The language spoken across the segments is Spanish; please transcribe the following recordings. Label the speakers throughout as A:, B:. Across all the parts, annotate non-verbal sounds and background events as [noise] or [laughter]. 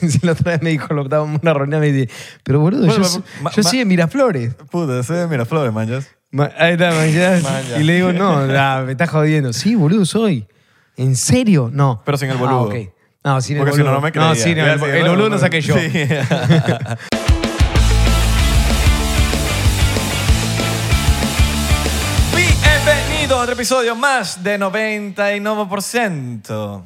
A: [laughs] si la otra vez me dijo, lo estaba en una reunión, me dice, pero boludo,
B: Bueno,
A: yo,
B: pero-
A: yo
B: ma- ma-
A: soy de Miraflores.
B: Puta, soy de Miraflores, man. ya.
A: Ma- Ahí está, man, [laughs] ya.
B: Man, ya.
A: Y le digo,
B: [laughs]
A: no, la- me estás jodiendo. Sí, boludo, soy. ¿En serio? No.
B: Pero sin el
A: Ah,
B: boludo.
A: ok. No, sin el
B: Porque si
A: boludo.
B: no, no me creía.
A: sin
B: Ya,
A: el,
B: sí,
A: el
B: no,
A: boludo
B: no,
A: lo saqué yo.
B: Sí. [laughs] Bienvenidos a otro episodio más de 99%. Todos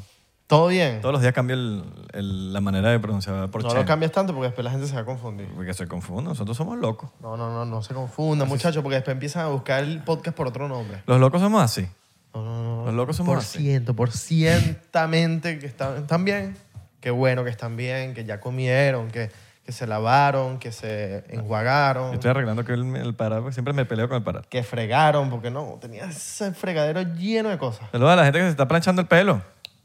C: Todo bien.
B: los días cambia el- el- la manera de pronunciar por
C: no lo cambies tanto porque después la gente se va a confundir.
B: Porque se confunde, nosotros somos locos.
C: No, no, no, no se confunda, muchachos, porque después empiezan a buscar el podcast por otro nombre.
B: Los locos somos así.
C: No, no, no.
B: Los locos somos
C: Por
B: así.
C: ciento, por cientamente que están, están bien. Qué bueno que están bien, que ya comieron, que, que se lavaron, que se
B: Yo
C: enjuagaron,
B: estoy arreglando que el, el parado, porque siempre me peleo con el parado.
C: que fregaron, porque no, tenía ese fregadero lleno de cosas.
B: Saludos a la gente que se está planchando el pelo.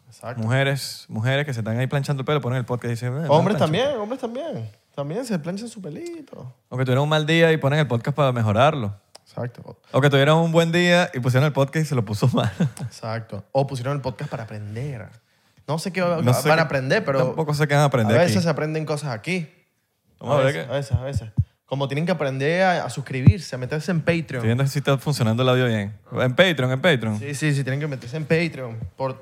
C: Exacto.
B: Mujeres, mujeres que se están ahí planchando el pelo, ponen el podcast y dicen... "Eh, me
C: Hombres
B: plancho".
C: también, hombres también. También se planchan su pelito.
B: O que tuvieron un mal día y ponen el podcast para mejorarlo.
C: Exacto,
B: O que tuvieron un buen día y pusieron el podcast y se lo puso [laughs] mal.
C: exacto. O pusieron el podcast para aprender. No sé qué
B: No sé
C: van a
B: qué-
C: aprender, pero...
B: Tampoco sé qué van a aprender
C: a veces
B: aquí.
C: se aprenden cosas aquí.
B: Vamos a ver
C: veces,
B: qué-
C: a veces, a veces. Como tienen que aprender a, a suscribirse, a meterse en Patreon.
B: Estoy viendo si está funcionando el audio bien. En Patreon, en Patreon.
C: Sí, sí, sí, tienen que meterse en Patreon. Por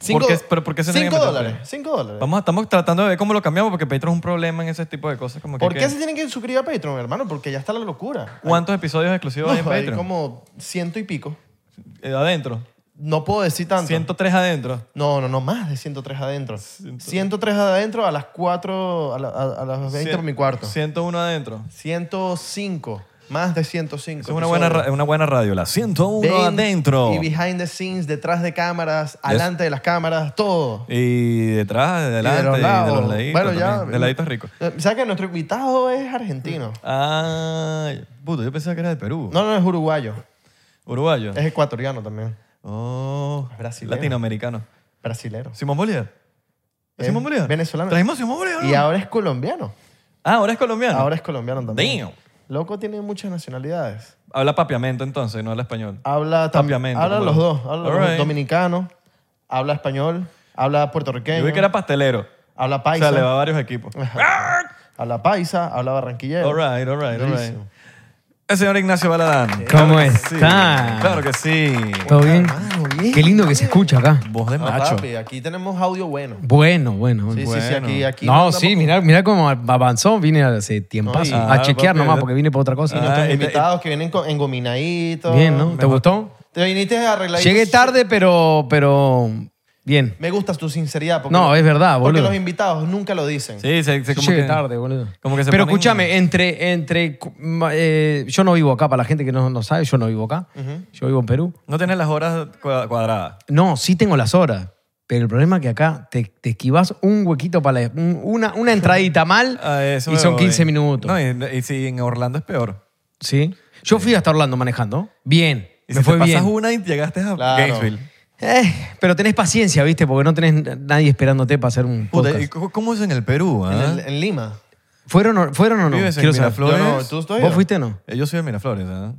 C: cinco,
B: qué- pero por qué se tienen
C: cinco
B: que meter en
C: dólares,
B: Patreon?
C: cinco dólares.
B: Vamos, estamos tratando de ver cómo lo cambiamos porque Patreon es un problema en ese tipo de cosas. Como que-
C: ¿Por qué
B: que-
C: se tienen que suscribir a Patreon, hermano? Porque ya está la locura.
B: ¿Cuántos episodios exclusivos hay en
C: No, hay
B: Patreon?
C: como ciento y pico.
B: Eh, Adentro.
C: No puedo decir tanto.
B: 103 adentro.
C: No, no, no, más de 103 adentro.
B: Ciento-
C: 103 adentro a las 4, a, la- a- a las 20 por mi cuarto.
B: 101 adentro.
C: 105, más de 105.
B: Es una buena,
C: episodios.
B: ra- es una buena radio. La 101
C: Ven,
B: adentro.
C: Y behind the scenes, detrás de cámaras, adelante de las cámaras, todo.
B: Y detrás,
C: Y de
B: adelante,
C: los
B: y
C: lados.
B: de los laditos.
C: Bueno, ya-
B: también. De laditos ricos.
C: Eh, ¿Sabes que nuestro invitado es argentino?
B: Ah, puto, yo pensaba que era de Perú.
C: No, no, es uruguayo.
B: Uruguayo.
C: Es ecuatoriano también.
B: Oh,
C: Brasileño.
B: Latinoamericano.
C: Brasilero.
B: Simón Bolívar. ¿Es
C: Es
B: Simón Bolívar?
C: venezolano.
B: Trajimos a Simón Bolívar.
C: Y
B: no?
C: ahora es colombiano.
B: Ah, ahora es colombiano.
C: Ahora es colombiano también.
B: Damn.
C: Loco tiene muchas nacionalidades.
B: Habla papiamento entonces, no habla español.
C: Habla también.
B: Propiamente,
C: Habla
B: como
C: los
B: lo-
C: dos. Habla los dos.
B: pues. Alright.
C: dominicano, habla español, habla
B: Yo
C: puertorriqueño,
B: vi que era pastelero.
C: habla
B: O sea, le va
C: Ah, paisa.
B: a varios
C: [laughs]
B: equipos.
C: habla paisa, habla barranquillero.
B: All right, all right, all right.
C: Durísimo.
B: El señor Ignacio Baladán.
A: ¿Cómo
B: que sí.
A: está?
B: Claro que sí.
A: ¿Todo bien?
C: Hermano, bien,
B: eh.
A: Qué lindo que se escucha acá.
B: Voz de
C: No,
B: macho.
C: Ah, papi, aquí tenemos audio bueno.
A: Bueno, bueno. bueno.
C: Sí, sí, sí,
B: Bueno.
C: aquí, aquí
A: no,
C: andamos
A: sí,
C: con-
A: mirá, mirá cómo avanzó. Vine hace tiempo
C: No, y-
A: a
B: Ah,
A: chequear
B: papi,
A: nomás
B: ¿verdad?
A: porque vine para otra
C: Y
A: cosa.
B: Ah,
C: nuestros
B: y te-
C: invitados que vienen con- engominaditos.
A: eh, Bien, ¿no? ¿Te gustó?
C: Te viniste arregladito.
A: Llegué tarde, pero, pero bien.
C: Me gusta tu sinceridad. Porque
A: No, es verdad,
C: Porque
A: boludo.
C: los invitados nunca lo dicen.
B: Sí, se, se como
A: Llegué
B: que-
A: tarde, boludo.
B: como que se
A: Pero
B: ponen-
A: escúchame, entre, entre cu- ma- eh, yo no vivo acá, para la gente que no, no sabe, yo no vivo acá. Yo vivo en Perú.
B: No tienes las horas cua- cuadradas.
A: No, sí tengo las horas. Pero el problema es que acá te, te esquivas un huequito para la, un- una, una entradita
B: [laughs]
A: mal
B: A Ah, eso
A: y
B: me
A: son
B: voy.
A: 15 minutos.
B: No, y, y si en Orlando es peor.
A: ¿Sí? Yo fui hasta Orlando manejando. Bien.
B: Y
A: me
B: si
A: fue
B: te pasas
A: bien.
B: una y llegaste a
C: Claro.
B: Gainesville.
A: Eh, pero tenés paciencia, ¿viste? Porque no tenés n- nadie esperándote para hacer un
B: Puta,
A: podcast.
B: ¿y cómo- ¿Cómo es en el Perú?
C: En,
B: ah?
C: el- en Lima.
A: ¿Fueron o, ¿Fueron o no?
B: Vives en
A: Quiero saber.
B: Miraflores.
C: Yo no, tú- tú has
A: ¿Vos
C: ido?
A: fuiste o no?
B: Eh, Yo soy de Miraflores. ¿ah?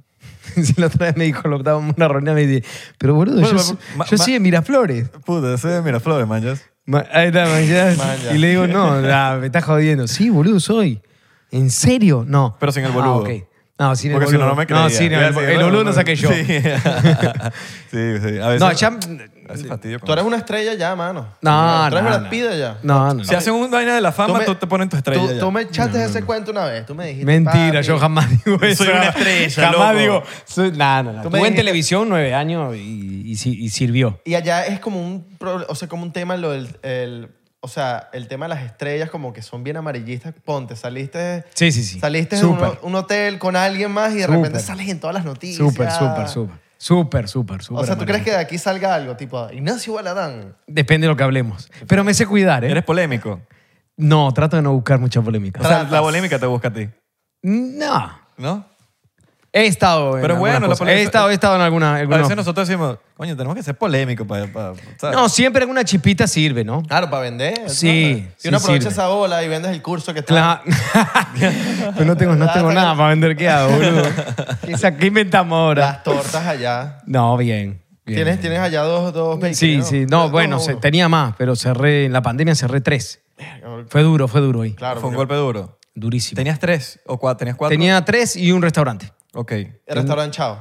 A: [laughs] Si la otra vez me dijo, lo que estábamos en una reunión, me dice, pero boludo,
B: Bueno,
A: yo,
B: ma-
A: soy-
B: ma-
A: yo
B: ma-
A: soy de Miraflores.
B: Puta, soy de Miraflores, man. ya.
A: Ma- Ahí está, man, [laughs] ya.
C: Man, ya.
A: Y le digo, no,
B: [laughs]
A: la- me estás jodiendo. Sí, boludo, soy. ¿En serio? No.
B: Pero sin el
A: Ah,
B: boludo.
A: ok. No, sin el
B: Porque si
A: boludo.
B: no, no me creía.
A: No, sin el,
B: Ya, sí,
A: el
B: bueno,
A: boludo
B: no,
A: lo saqué yo.
B: Sí, [laughs] sí, sí, A veces, [laughs]
A: No, ya...
B: a veces fastidio con
C: Tú eres
B: eso.
C: una estrella ya, mano.
A: No,
C: Tú eres
A: no,
C: Brad
A: no.
C: Pitt ya.
A: No, no.
B: Si hacen un vaina de la fama, tú,
C: me-
B: te ponen tu estrella.
C: Tú,
B: ya.
C: tú me echaste ese cuento una vez. Tú me dijiste.
A: Mentira,
C: papi,
A: yo jamás digo
B: Soy
A: eso.
B: una estrella,
A: Jamás
B: loco.
A: digo... soy- no, no, no.
C: Tú me
A: Estuve en
C: dijiste-
A: televisión nueve años y, y si- y sirvió.
C: Y allá es como un, pro- o sea, como un tema, lo del, el- o sea, el tema de las estrellas como que son bien amarillistas. Ponte, saliste,
A: Sí, sí, sí.
C: saliste de
A: Súper.
C: un, un hotel con alguien más y de
A: Súper.
C: repente sales en todas las noticias.
A: Súper, súper, súper. Súper, súper, súper.
C: O sea, ¿tú
A: amarillo.
C: crees que de aquí salga algo? Tipo, Ignacio Baladán.
A: Depende de lo que hablemos. Pero me sé cuidar, ¿eh?
B: Eres Ah. polémico.
A: No, trato de no buscar mucha polémica.
B: O sea,
C: Tratas.
B: la polémica te busca a ti,
A: No.
B: ¿no?
A: He estado en
B: Pero
A: algunas
B: bueno, la
A: cosas.
B: polémica-
A: he estado, he estado en alguna.
B: A veces
A: algunos-
B: nosotros decimos, coño, tenemos que ser polémico para...
A: no, siempre alguna chispita sirve, ¿no?
C: Claro, para vender.
A: Sí,
C: ¿no?
A: sí
C: Y uno aprovecha
A: sirve.
C: esa bola y vendes el curso que está.
A: Cla- [laughs]
B: Ah.
A: Pero no tengo, no tengo nada para vender qué hago,
B: [laughs]
A: boludo. O sea, ¿qué inventamos ahora?
C: Las tortas allá.
A: No, bien. [laughs] bien.
C: Tienes, tienes allá dos, dos bakery,
A: Sí, sí. No,
C: Dos,
A: bueno,
C: uno.
A: se- tenía más, pero cerré, en la pandemia cerré tres. Fue duro, fue duro ahí.
C: Claro,
B: Fue un
C: porque
B: golpe duro.
A: Durísimo.
B: ¿Tenías tres o cuatro? ¿Tenías cuatro?
A: Tenía tres y un restaurante.
B: Ok.
C: el restaurante Chao.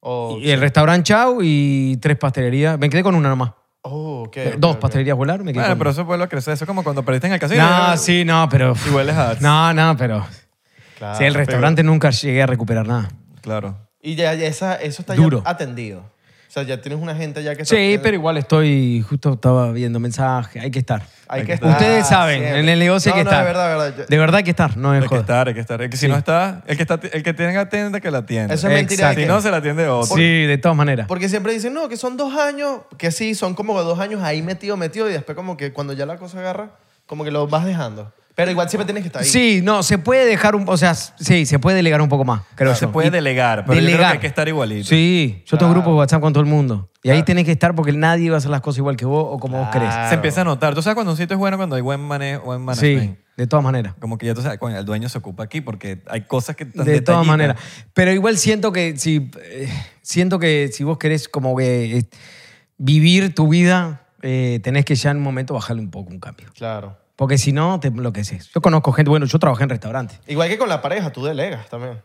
B: Oh,
C: O-
A: Y el restaurante Chao y tres pastelerías. Me quedé con una nomás.
C: Oh, ok, ok,
A: Dos
C: ok.
A: pastelerías volar, me quedé
C: Ah,
B: Bueno,
A: con
B: pero
A: una.
B: eso vuelve a crecer. Eso es como cuando perdiste en el casino.
A: No, sí, no,
C: [laughs]
A: pero...
B: Y hueles a...
A: No, no, pero...
C: Claro,
A: sí, el restaurante nunca llegué a recuperar nada.
B: Claro.
C: Y ya, ya esa, eso está
A: Duro.
C: ya atendido. O sea, ya tienes una gente ya que... te
A: Sí,
C: atiende.
A: pero igual estoy... Justo estaba viendo mensajes. Hay que estar.
C: Hay que estar
A: Ustedes saben,
C: siempre.
A: en el negocio
C: No,
A: hay que
C: no,
A: estar.
C: de verdad, de verdad. Yo-
A: De verdad hay que estar, no es
B: Hay que
A: joda.
B: estar, hay que estar. El que si no está, el que, está, el que tenga tienda, que la atienda.
C: Eso es mentira de
B: Si
C: que-
B: no, se la atiende otro.
A: Sí, de todas maneras.
C: Porque siempre dicen, no, que son dos años, que sí, son como dos años ahí metido, metido, y después como que cuando ya la cosa agarra, como que lo vas dejando. Pero igual siempre tienes que estar ahí.
A: Sí, no, se puede dejar un... O sea, sí, se puede delegar un poco más, creo
B: Se
A: yo.
B: puede
A: Y-
B: delegar, pero yo creo que hay que estar igualito.
A: Sí, yo tengo grupos de WhatsApp con todo el mundo. Y ahí tenés que estar porque nadie va a hacer las cosas igual que vos o como
C: Ah,
A: vos querés.
B: Se empieza a notar. Tú sabes cuando un sitio es bueno, cuando hay buen, mane buen
A: Sí,
B: management.
A: de todas maneras.
B: Como que ya tú sabes, coño, el dueño se ocupa aquí porque hay cosas que están
A: De todas
B: detallitas.
A: maneras. Pero igual siento que si eh, siento que si vos querés como que eh, vivir tu vida, eh, tenés que ya en un momento bajarle un poco un cambio.
C: Claro.
A: Porque si no, te enloqueces. Yo conozco gente, bueno, yo trabajé en restaurantes.
C: Igual que con la pareja, tú delegas
A: [laughs]
C: también.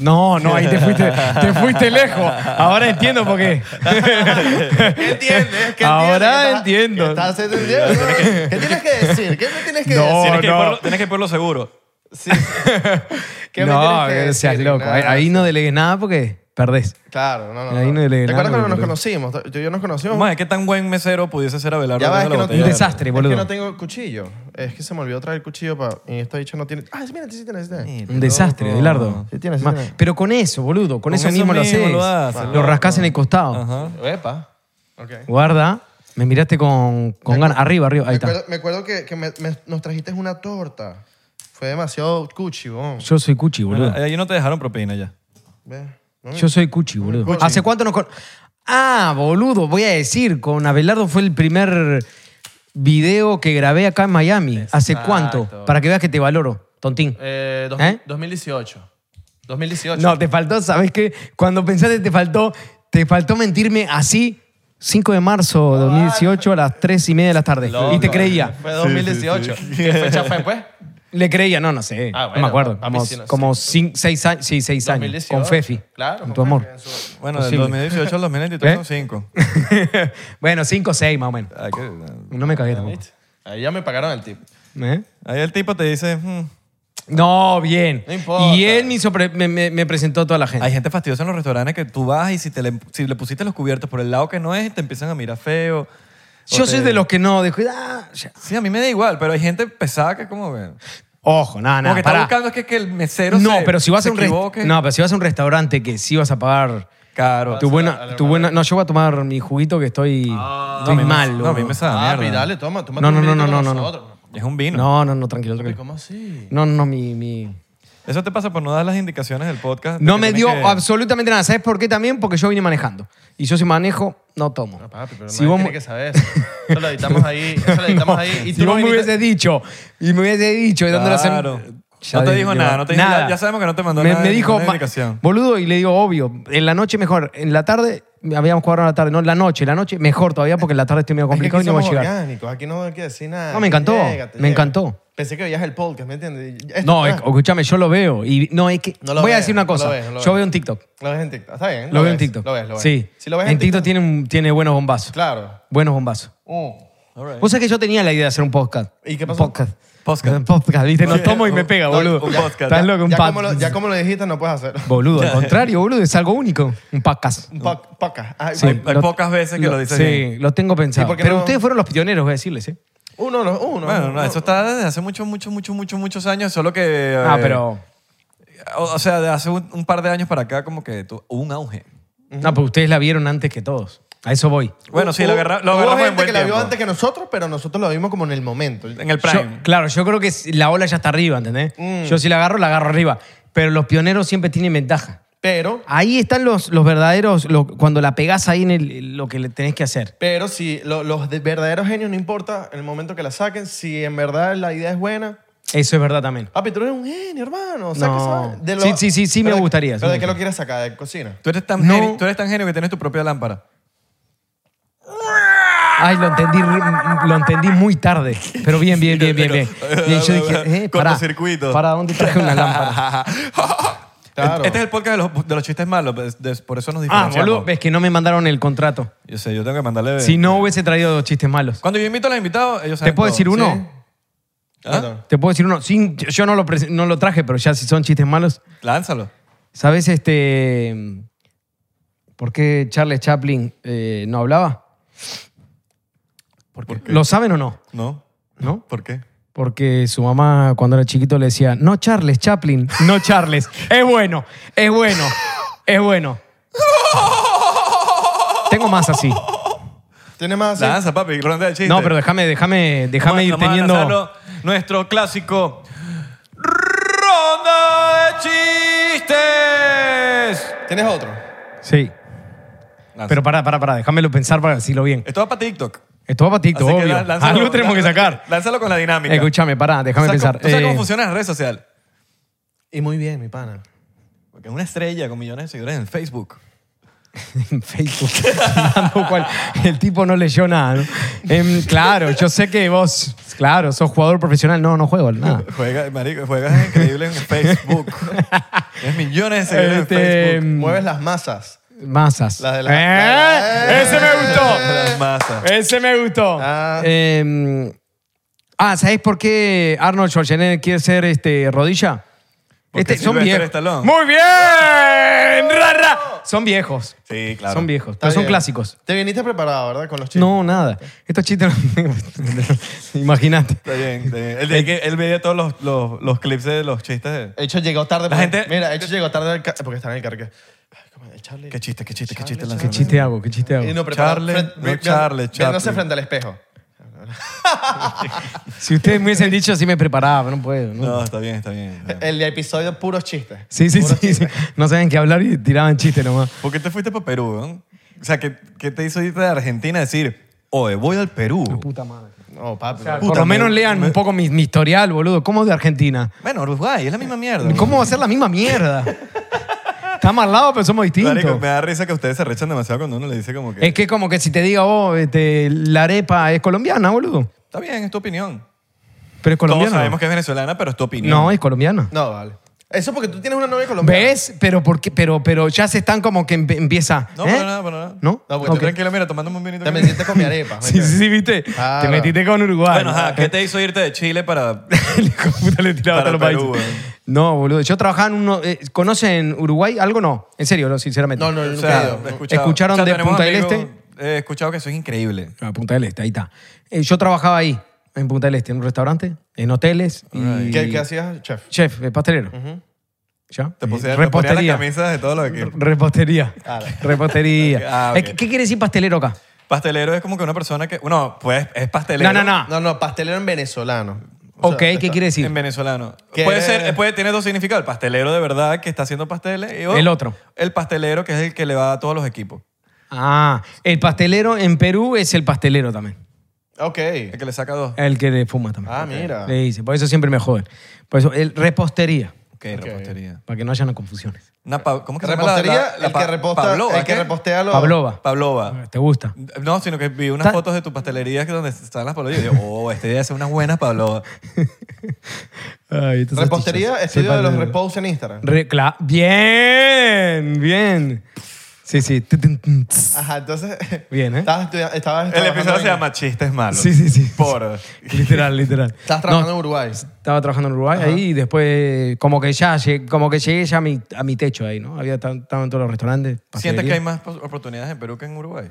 A: No, no, ahí te fuiste, te fuiste lejos. Ahora entiendo por qué.
C: ¿Entiendes?
A: Ahora
C: ¿Qué
A: entiendo.
C: estás entendiendo? ¿Qué tienes
A: [laughs]
C: que decir? ¿Qué me tienes que
A: No,
C: decir?
B: Tienes, que ir
A: Oh, no.
B: por lo, tienes que ir por lo
A: [laughs]
B: seguro.
C: Sí. ¿Qué me
A: No,
C: tienes que
A: no seas
C: decir?
A: loco. Ahí,
C: Nada.
A: ahí no delegues nada porque perdés.
C: Claro, no, no.
A: Ahí no delegué
C: ¿Te
A: nada,
C: acuerdas cuando nos
A: boludo.
C: conocimos? Tú y yo nos conocimos.
B: Madre, ¿qué tan buen mesero pudiese ser Abelardo?
C: Ya va, es
B: abriendo
C: que
B: la botella
C: no
A: Un
B: de-
A: desastre,
C: es
A: boludo.
C: que no tengo cuchillo. Es que se me olvidó traer el cuchillo para... Y esta dicha no tiene... Ah, mira, sí tienes. sí tienes.
B: Sí,
A: Un desastre,
B: loco.
A: Abelardo.
C: Sí tiene, sí
A: Ma-
C: tiene.
A: Pero con eso, boludo, con,
B: Con
A: eso,
B: eso
A: mismo,
B: mismo
A: lo haces.
B: lo haces,
A: Lo rascas en el costado.
B: Ajá.
C: Epa. Ok.
A: Guarda, me miraste con, con ganas. Arriba, arriba,
C: me,
A: ahí está.
C: acuerdo, me acuerdo que, que me- me- nos trajiste una torta. Fue demasiado cuchi, bon.
A: Yo soy cuchi, boludo.
B: Ahí no te dejaron propina ya.
C: Ve, ¿no?
A: Yo soy cuchi, boludo.
C: Cuchi.
A: ¿Hace cuánto nos con... Ah, boludo, voy a decir, con Abelardo fue el primer video que grabé acá en Miami. ¿Hace cuánto? Para que veas que te valoro, tontín.
D: Eh, dos-
A: ¿Eh?
D: 2018. 2018.
A: No, te faltó, ¿sabes qué? Cuando pensaste, te faltó, te faltó mentirme así. 5 de marzo de 2018 a las 3 y media de la tarde.
D: Loco.
A: Y te creía.
D: Fue 2018. ¿Qué fecha fue,
A: [laughs]
D: pues?
A: Le creía, no, no sé.
D: Ah,
A: no me
D: bueno,
A: acuerdo.
D: a mí
A: Como,
D: sí, no sé.
A: como cin- seis años. Sí, seis años.
D: 2018.
A: Con Fefi.
D: Claro,
A: Con
D: con
A: tu amor.
B: Bueno, del
A: Posible.
B: 2018 al 2023 son
A: ¿Eh?
B: cinco.
A: [laughs] bueno, cinco o seis más o menos.
B: Ay, que-
A: No me cagué tampoco.
D: Ahí ya me pagaron el tip.
A: ¿Eh?
B: Ahí el tipo te dice, "Hmm,
A: No, bien.
D: No importa.
A: Y él me, hizo pre- me, me- me presentó a toda la gente.
B: Hay gente fastidiosa en los restaurantes que tú vas y si, te le, si le pusiste los cubiertos por el lado que no es, te empiezan a mirar feo. o
A: Yo soy
B: te-
A: de los que no. Dejo, ah, ya.
B: Sí, a mí me da igual, pero hay gente pesada que como... que-
A: Ojo, nada,
B: como
A: nada.
B: que está
A: pará.
B: buscando es que, que el mesero
A: no,
B: se-
A: pero si vas
B: se
A: a un rest-
B: equivoque.
A: no, pero si vas a un restaurante que sí vas a pagar
B: Claro.
A: tu buena, tu buena, no, yo voy a tomar mi juguito que estoy, estoy
B: a mí me-
A: mal.
B: No, a mí me sabe a
D: Ah,
B: mierda.
D: dale, toma, toma.
A: No,
D: tu
A: no, no,
D: vinito
A: no,
D: con
A: no, no, no.
D: nosotros.
B: Es un vino.
A: No, no, no, tranquilo, tranquilo.
D: ¿Cómo así?
A: No, no, no, mi, mi-
B: Eso te pasa por no dar las indicaciones del podcast. de
A: No
B: que
A: me
B: tienes
A: dio
B: que-
A: absolutamente nada. ¿Sabes por qué también? Porque yo vine manejando. Y yo si manejo, no tomo.
D: No, papi, pero
A: si
D: nadie
A: vos
D: tiene
A: me-
D: que saber eso. Eso lo editamos
A: [laughs]
D: ahí. Eso lo editamos
A: No,
D: ahí. Y tú
A: si
D: no
A: vos me
D: viniste-
A: hubieses dicho, y me hubiese dicho, y dándole a hacer-
B: Claro.
A: Ya
B: No te
A: de-
B: dijo
A: de-
B: nada, no te dijo- ya- ya sabemos que no te mandó
A: me,
B: nada,
A: Me dijo,
B: ninguna
A: ma-
B: indicación.
A: boludo, y le digo, obvio, en la noche mejor, en la tarde, habíamos cuadrado en la tarde, no, en la noche, en la noche mejor todavía porque en la tarde estoy medio
C: Es que
A: complicado y
C: aquí
A: no voy a
C: somos
A: llegar.
C: orgánicos, aquí no hay que decir nada.
A: No, me encantó,
C: Llégate,
A: me
C: llégate.
A: encantó.
C: Pensé que veías el podcast, ¿me entiendes? Y-
A: No,
C: Ah,
A: es- escúchame, yo lo veo. Y no, es que.
C: No lo
A: voy a
C: ves,
A: decir una
C: no lo
A: cosa.
C: ves, no lo
A: yo
C: ves.
A: veo en TikTok.
C: Lo ves en TikTok, está bien.
A: Lo, veo en
C: ves,
A: TikTok.
C: Lo ves, lo ves.
A: Sí.
C: Si lo ves
A: en TikTok tiene, un- tiene buenos bombazos.
C: Claro.
A: Buenos bombazos.
C: Mm.
B: All right.
A: Vos sabés que yo tenía la idea de hacer un podcast.
C: ¿Y qué
A: Un
C: pasó?
A: Podcast.
B: Podcast.
A: Un podcast, viste, no tomo y me pega,
B: No,
A: boludo.
B: un podcast.
A: Estás loco, un
C: ya,
A: podcast.
C: como lo, ya como lo dijiste, no
A: [laughs]
C: puedes hacer.
A: Boludo, al contrario, boludo, es algo único. Un podcast.
C: Un poc- podcast. Ah,
A: Sí,
B: hay pocas veces que lo dices
A: Sí,
B: bien.
A: lo tengo pensado.
C: ¿Y por qué
A: Pero
C: no?
A: ustedes fueron los pioneros, voy a decirles, ¿eh?
C: Uno, no, uno.
B: Bueno, no,
C: uno.
B: eso está desde hace muchos, muchos, muchos, muchos, muchos años, solo que...
A: Ah,
B: eh,
A: pero.
B: O, o sea, de hace un, un par de años para acá como que tu- hubo un auge.
A: No, pero ustedes la vieron antes que todos. A eso voy.
B: Bueno, sí, lo,
C: Hubo-
B: agarra- lo
C: hubo
B: agarramos en
C: gente
B: buen
C: que la vio
B: tiempo.
C: antes que nosotros, pero nosotros lo vimos como en el momento.
B: En el prime.
A: Yo- claro, yo creo que si- la ola ya está arriba, ¿entendés? Yo si la agarro, la agarro arriba. Pero los pioneros siempre tienen ventaja.
C: Pero,
A: Ahí están los, los verdaderos, lo- cuando la pegás ahí en el- lo que le tenés que hacer.
C: pero si lo- los de- verdaderos genios, no importa el momento que la saquen, si en verdad la idea es buena.
A: Eso es verdad también.
C: Papi, tú eres un genio, hermano. O sea,
A: No.
C: que sabes. De
A: Sí, sí, sí, sí,
C: pero
A: me
C: de-
A: gustaría, sí
C: ¿Pero
A: me
C: de qué lo
A: gustaría.
C: quieres sacar? ¿De cocina?
B: Tú eres, tan
A: No.
B: genio, tú eres tan genio que tienes tu propia lámpara.
A: Ay, lo entendí, r- lo entendí muy tarde. Pero bien, bien, bien, bien,
B: [laughs]
A: bien. Y yo dije, eh, pará.
B: Cortocircuito.
A: ¿Para dónde traje una
B: [laughs]
A: lámpara? Ah,
C: Claro.
B: Este es el podcast de los, de los chistes malos, pues, de- por eso nos
A: Ah,
B: diferenciamos.
A: boludo, ves que no me mandaron el contrato.
B: Yo sé, yo tengo que mandarle...
A: Si no hubiese traído chistes malos.
B: Cuando yo invito a los invitados, ellos
A: ¿Te
B: saben
A: puedo
B: todo.
A: decir uno?
B: ¿Ah?
D: Perdón.
A: Te puedo decir uno. Sin, yo no lo, prese- no lo traje, pero ya si son chistes malos.
B: Lánzalo.
A: ¿Sabes este, por qué Charles Chaplin eh, no hablaba?
B: ¿Por qué?
A: ¿Lo saben o no?
B: No.
A: ¿No?
B: ¿Por qué?
A: Porque su mamá cuando era chiquito le decía, no Charles Chaplin, no Charles. es bueno, es bueno, es bueno. Tengo más así.
C: ¿Tiene más así?
B: Lanza, papi, ronda de chistes.
A: No, pero déjame, déjame,
B: Vamos a-
A: déjame ir
B: vamos a
A: teniendo.
B: lanzarlo, nuestro clásico ronda de chistes.
C: ¿Tienes otro?
A: Sí.
B: Lanza.
A: Pero pará, pará, pará, déjamelo pensar para decirlo bien.
B: esto va para TikTok.
A: Esto va para TikTok,
B: Así que
A: obvio.
B: la- lánzalo-
A: Algo tenemos que sacar.
B: Lánzalo con la dinámica.
A: Escúchame, pará, déjame
B: ¿Tú sabes
A: pensar.
B: cómo- ¿Tú sabes
A: Eh,
B: cómo funcionan las redes sociales?
C: Y muy bien, mi pana.
B: Porque es una estrella con millones de seguidores en Facebook.
A: en [laughs] Facebook. Dando cual- el tipo no leyó nada. ¿no? Em, claro, yo sé que vos, claro, sos jugador profesional. No, no juego nada.
B: Juega, marico, juegas increíble en Facebook.
A: [laughs]
B: Tienes millones de seguidores en
A: Este,
B: Facebook.
A: em,
C: Mm. Mueves las masas.
A: masas.
C: La de la-
A: ¡Eh!
C: la de la-
A: Ese me
B: [laughs]
A: gustó.
B: Las masas.
A: Ese me gustó.
C: Ah.
A: Em, ah, ¿sabéis por qué Arnold Schwarzenegger quiere ser este, rodilla?
B: Porque
A: Este, son
B: Sylvester
A: viejos.
B: Stallone.
A: Muy bien. Ra, ra. Son viejos.
B: Sí, claro.
A: Son viejos,
C: ¡Oh! Está
A: pero son
C: bien.
A: clásicos.
C: Te viniste preparado, ¿verdad? Con los chistes.
A: No, nada. Estos chistes. [laughs] Imagínate.
B: Está bien, está bien. Él,
A: Eh,
B: él, él veía todos los, los, los clips de los chistes. de-
C: Hecho llegó tarde.
B: La
C: porque-
B: gente-
C: Mira, Hecho llegó tarde al ca- porque está en el carque. Ay, ¿cómo es? Charlie.
B: Qué chiste, qué chiste, qué chiste.
A: ¿Qué
B: lanzaron.
A: chiste hago? ¿Qué chiste hago?
C: Y no preparado.
B: Charlie,
C: Frente-
B: no
C: vi- vi-
B: Charlie,
C: Viéndose
B: Chaplin.
C: frente al espejo.
A: Si ustedes me hubiesen dicho, así me preparaba, no puedo. ¿no?
B: No, está bien, está bien. está bien.
C: El episodio puros chistes.
A: Sí, sí,
C: Puros
A: sí, sí.
C: chistes.
A: No sabían qué hablar y tiraban chistes nomás.
B: ¿Por qué te fuiste para Perú? weón? O sea, ¿qué, qué te hizo irte de Argentina a decir, oye, voy al Perú?
A: Puta madre.
C: No, papi.
A: Por lo menos lean un poco mi, mi historial, boludo. ¿Cómo de Argentina?
B: Bueno, Uruguay, es la misma mierda.
A: ¿Cómo va a ser la misma
B: [laughs]
A: mierda? Estamos al lado, pero somos
B: Marico,
A: distintos.
B: me da risa que ustedes se rechan demasiado cuando uno le dice como que...
A: Es que como que si te diga, oh, este, la arepa es colombiana, boludo.
B: Está bien, es tu opinión.
A: Pero es colombiana.
B: Todos sabemos que es venezolana, pero es tu opinión.
A: No, es colombiana.
C: No, vale. Eso porque tú tienes una novia colombiana.
A: ¿Ves? Pero, ¿por qué? pero, pero ya se están como que empe- empieza.
B: No,
A: ¿eh?
B: para nada, para nada.
A: ¿No?
C: No, porque
B: Tú
A: Ok.
B: Tranquilo, mira, tomándome un vinito.
C: Te
B: aquí.
C: metiste con mi arepa.
A: [laughs] Sí, sí, sí, viste. Te
C: Claro.
A: metiste con Uruguay.
B: Bueno, ajá, ¿qué te hizo irte de Chile para...?
A: [laughs] El hijo de puta le tiraba
B: Para
A: hasta los
B: Perú,
A: países. No, boludo. Yo trabajaba en uno. eh, ¿Conocen Uruguay? ¿Algo no? En serio, no, sinceramente.
C: No, no, yo
B: O
C: nunca
B: sea,
C: he ido.
B: he escuchado.
A: ¿Escucharon
B: O sea,
A: de
B: tenemos
A: Punta del
B: amigos- eh,
A: Este?
B: He escuchado que eso es increíble.
A: A Punta del Este, ahí está. Eh, yo trabajaba ahí, en Punta del Este, en un restaurante, en hoteles. Y...
C: ¿Qué, qué hacías, chef?
A: Chef, eh, pastelero. ¿Ya?
B: Te
A: Eh,
B: pusieron te ponían las
A: Repostería.
B: camisas de todos los equipos.
C: [laughs]
A: Repostería.
C: Claro. [laughs]
A: Repostería.
B: Ah, ok.
A: Eh, ¿Qué quiere decir pastelero acá?
B: Pastelero es como que una persona que... No, pues es pastelero.
A: No, no, no.
C: No, no, pastelero en venezolano. O sea,
A: ok, ¿qué
C: está-
A: quiere decir?
B: En venezolano.
C: ¿Qué?
B: Puede ser, puede tener dos significados. El pastelero de verdad que está haciendo pasteles. y, oh,
A: El otro.
B: El pastelero que es el que le va a todos los equipos.
A: Ah, el pastelero en Perú es el pastelero también.
C: Ok.
B: El que le saca dos.
A: El que le fuma también.
C: Ah, mira.
A: Le dice, por eso siempre me joden. Por eso, el repostería,
B: Ok, repostería.
A: para que no hayan confusiones.
B: Una pa- ¿Cómo que se llama la-
C: Repostería,
B: la- la
C: el
B: pa-
C: que reposta,
B: Pavlova,
C: el que
B: ¿qué?
C: repostea los...
A: Pavlova,
B: Pavlova.
A: ¿te gusta?
B: No, sino que vi unas
A: Ta-
B: fotos de tu pastelería que donde están las Pavlovas. Y yo digo, oh, este día hace unas buenas
A: [laughs]
B: Pavlova.
C: Repostería, estudio de los reposts en Instagram.
A: Re- cla- bien, bien. Sí, sí. Tu, tu, tu, tss.
C: Ajá, entonces... [laughs]
A: Bien, ¿eh?
C: Estabas estudiando... Estabas
B: El
C: trabajando
B: episodio se
C: en-
B: llama Chistes Malos.
A: Sí, sí, sí.
B: Por...
A: [laughs] Literal, literal.
C: Estabas trabajando en Uruguay.
A: No, estaba trabajando en Uruguay ahí y después como que ya llegué, como que llegué ya a mi, a mi techo ahí, ¿no? Había tan- estaban todos los restaurantes.
B: ¿Sientes
A: pastelería.
B: que hay más pos- oportunidades en Perú que en Uruguay?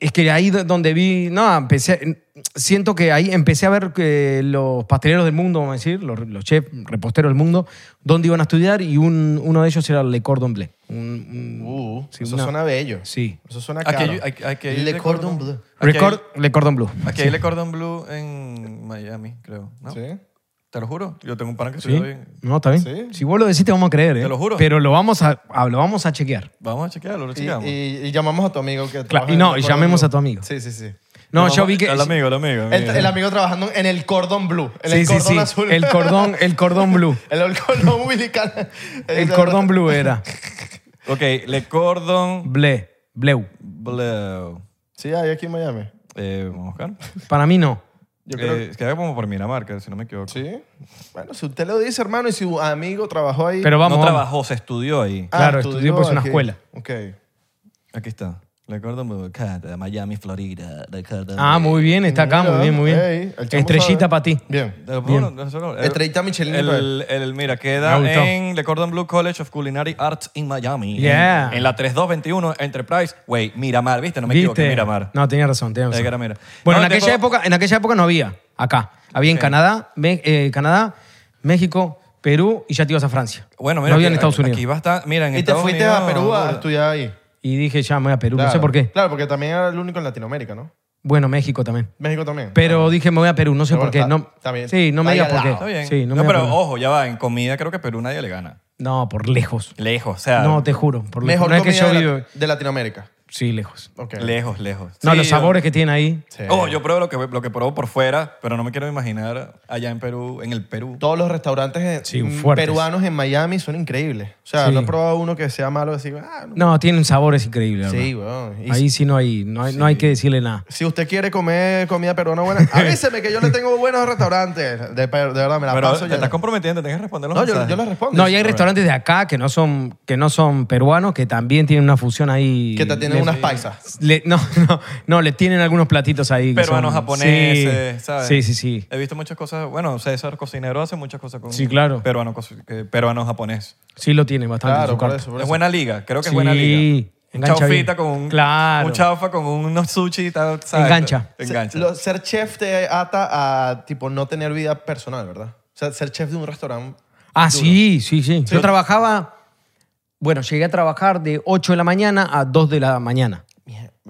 A: Es que ahí do- donde vi, no, empecé, mm, siento que ahí empecé a ver que los pasteleros del mundo, vamos a decir, los, los chefs, reposteros del mundo, dónde iban a estudiar y un- uno de ellos era Le Cordon Bleu. Un- un-
C: Uh,
A: sí,
C: eso
A: una-
C: suena bello.
A: Sí.
C: Eso suena
B: Aquí
C: caro.
B: hay- hay- aquí hay
C: Le
B: de cordon-
C: Cordon Bleu.
B: Aquí hay-
A: Ah, Record- Le Cordon Bleu.
B: Aquí hay Le Cordon Bleu en Miami, creo. ¿no?
C: ¿Sí?
B: Te lo juro. Yo tengo un pana que
A: ¿Sí?
B: estudió bien.
A: No, está bien.
C: Sí.
A: Si vos lo decís, te vamos a creer, ¿eh?
B: Te lo juro.
A: Pero lo vamos a, a- lo vamos a chequear.
B: Vamos a chequearlo, lo
C: Y,
B: chequeamos.
C: y- y llamamos a tu amigo que trabaja
A: y
C: en
A: no,
C: el
A: y
C: Cordon
A: llamemos
C: Bleu.
A: a tu amigo.
C: Sí, sí, sí.
A: No,
B: Vamos-
A: yo vi que...
B: Al amigo, al amigo. al
C: El,
B: amigo.
C: el amigo trabajando en el cordón blue. En el
A: sí, sí,
C: cordón
A: sí.
C: azul.
A: El cordón, el cordón blue.
C: [laughs] el cordón umbilical.
A: El cordón blue era.
B: Ok, Le Cordon
A: Bleu. Bleu.
B: Bleu.
C: Sí, hay aquí en Miami.
B: Eh, vamos a buscar.
A: Para mí no.
C: Yo creo
B: Eh, queda como por Miramarca, si no me equivoco.
C: Sí. Bueno, si usted lo dice, hermano, y si su amigo trabajó ahí.
A: Pero vamos.
B: no
A: vamos.
B: trabajó, se estudió ahí.
C: Ah,
A: claro, estudió porque es una
C: aquí.
A: escuela.
C: Ok.
B: Aquí está. Le acuerdo muy de Miami, Florida. Ricardo.
A: Ah, muy bien, está acá, muy bien, muy bien.
C: Ok, el chamo
A: Estrellita
C: sabe.
A: para ti.
C: Bien.
B: Eh,
A: Bien.
B: bueno, no solo- el-
C: Estrellita Michelin
B: El,
C: para
B: el, mira, queda
A: Me gustó.
B: en Le Cordon Bleu College of Culinary Arts in Miami.
A: Yeah.
B: En, en la 3221 Enterprise. Güey, Miramar, ¿viste? No me equivoqué, Miramar.
A: No, tenía razón, tenía
B: Es
A: razón.
B: que era mira.
A: Bueno,
B: No,
A: en, aquella
B: tengo-
A: época, en aquella época no había acá. Había en Canadá, Me- eh, Canadá, México, Perú y ya te ibas a Francia.
B: Bueno, mira.
A: no había en
B: aquí-
A: Estados Unidos.
B: Aquí basta, mira, en
C: Y te
B: Estados
C: fuiste
B: Unidos,
C: a Perú a
B: gordo.
C: estudiar ahí.
A: Y dije, ya me voy a Perú, no sé
C: Claro.
A: por qué.
C: Claro, porque también era el único en Latinoamérica, ¿no?
A: Bueno, México también.
C: México también.
A: Pero dije, me voy a Perú, no sé
C: Pero
A: por qué.
C: bueno,
A: No,
C: está- está bien.
A: Sí, no me
C: Ahí
A: digas
C: al
A: por qué.
C: lado.
B: Está bien.
A: Sí, no,
B: no,
A: me digas
B: pero
A: por qué.
B: ojo, ya va. En comida creo que Perú nadie le gana.
A: No, por lejos.
B: Lejos, o sea.
A: No, te juro. Por lejos.
C: Mejor
A: No es que
C: comida
A: yo
C: de,
A: vivo.
C: la- de Latinoamérica.
A: Sí, lejos.
C: Ok.
B: Lejos, lejos.
A: No,
B: Sí,
A: los
B: yo-
A: sabores que tiene ahí.
C: Sí.
B: Oh, yo pruebo lo que, lo que pruebo por fuera, pero no me quiero imaginar allá en Perú, en el Perú.
C: Todos los restaurantes en-
A: Sí, fuertes.
C: peruanos en Miami son increíbles. O sea,
A: Sí.
C: no he probado uno que sea malo decir, ah, no.
A: No, tienen sabores increíbles.
C: Sí,
A: Sí,
C: weón. Y
A: Ahí sí no hay, no hay, no hay que decirle nada.
C: Si usted quiere comer comida
A: [laughs]
C: peruana buena, avíseme que yo le tengo buenos restaurantes. De, per- de verdad, me la
B: Pero
C: paso
B: te
C: ya.
B: estás comprometiendo, tienes que responder los
C: No, yo,
B: mensajes.
C: yo le respondo.
A: No, y hay restaurantes de acá que no son, que no son peruanos, que también tienen una fusión ahí.
C: Que te tienen
A: Le- [laughs]
C: unas paisas.
A: le- no, no, no, le tienen algunos platitos ahí. que
B: Peruanos,
A: son-
B: japoneses,
A: sí,
B: ¿sabes?
A: Sí, sí, sí.
B: He visto muchas cosas. Bueno, César Cocinero hace muchas cosas con.
A: Sí, claro.
B: Peruano, cosi- que- peruano japonés.
A: Sí lo tienen bastante en
C: Claro,
A: su
C: por
A: carta.
C: eso, por
B: Es
C: eso.
B: buena liga, creo que
A: Sí,
B: es buena liga. Un
A: engancha
B: chaufita
A: bien.
B: con un.
A: Claro.
B: Un chaufa con unos sushi y tal. ¿sabes?
A: Engancha.
C: Se-
B: Engancha.
C: lo- ser chef te ata a, tipo, no tener vida personal, ¿verdad? O sea, ser chef de un restaurante.
A: Ah, sí, sí, sí. Yo trabajaba, bueno, llegué a trabajar de 8 de la mañana a 2 de la mañana.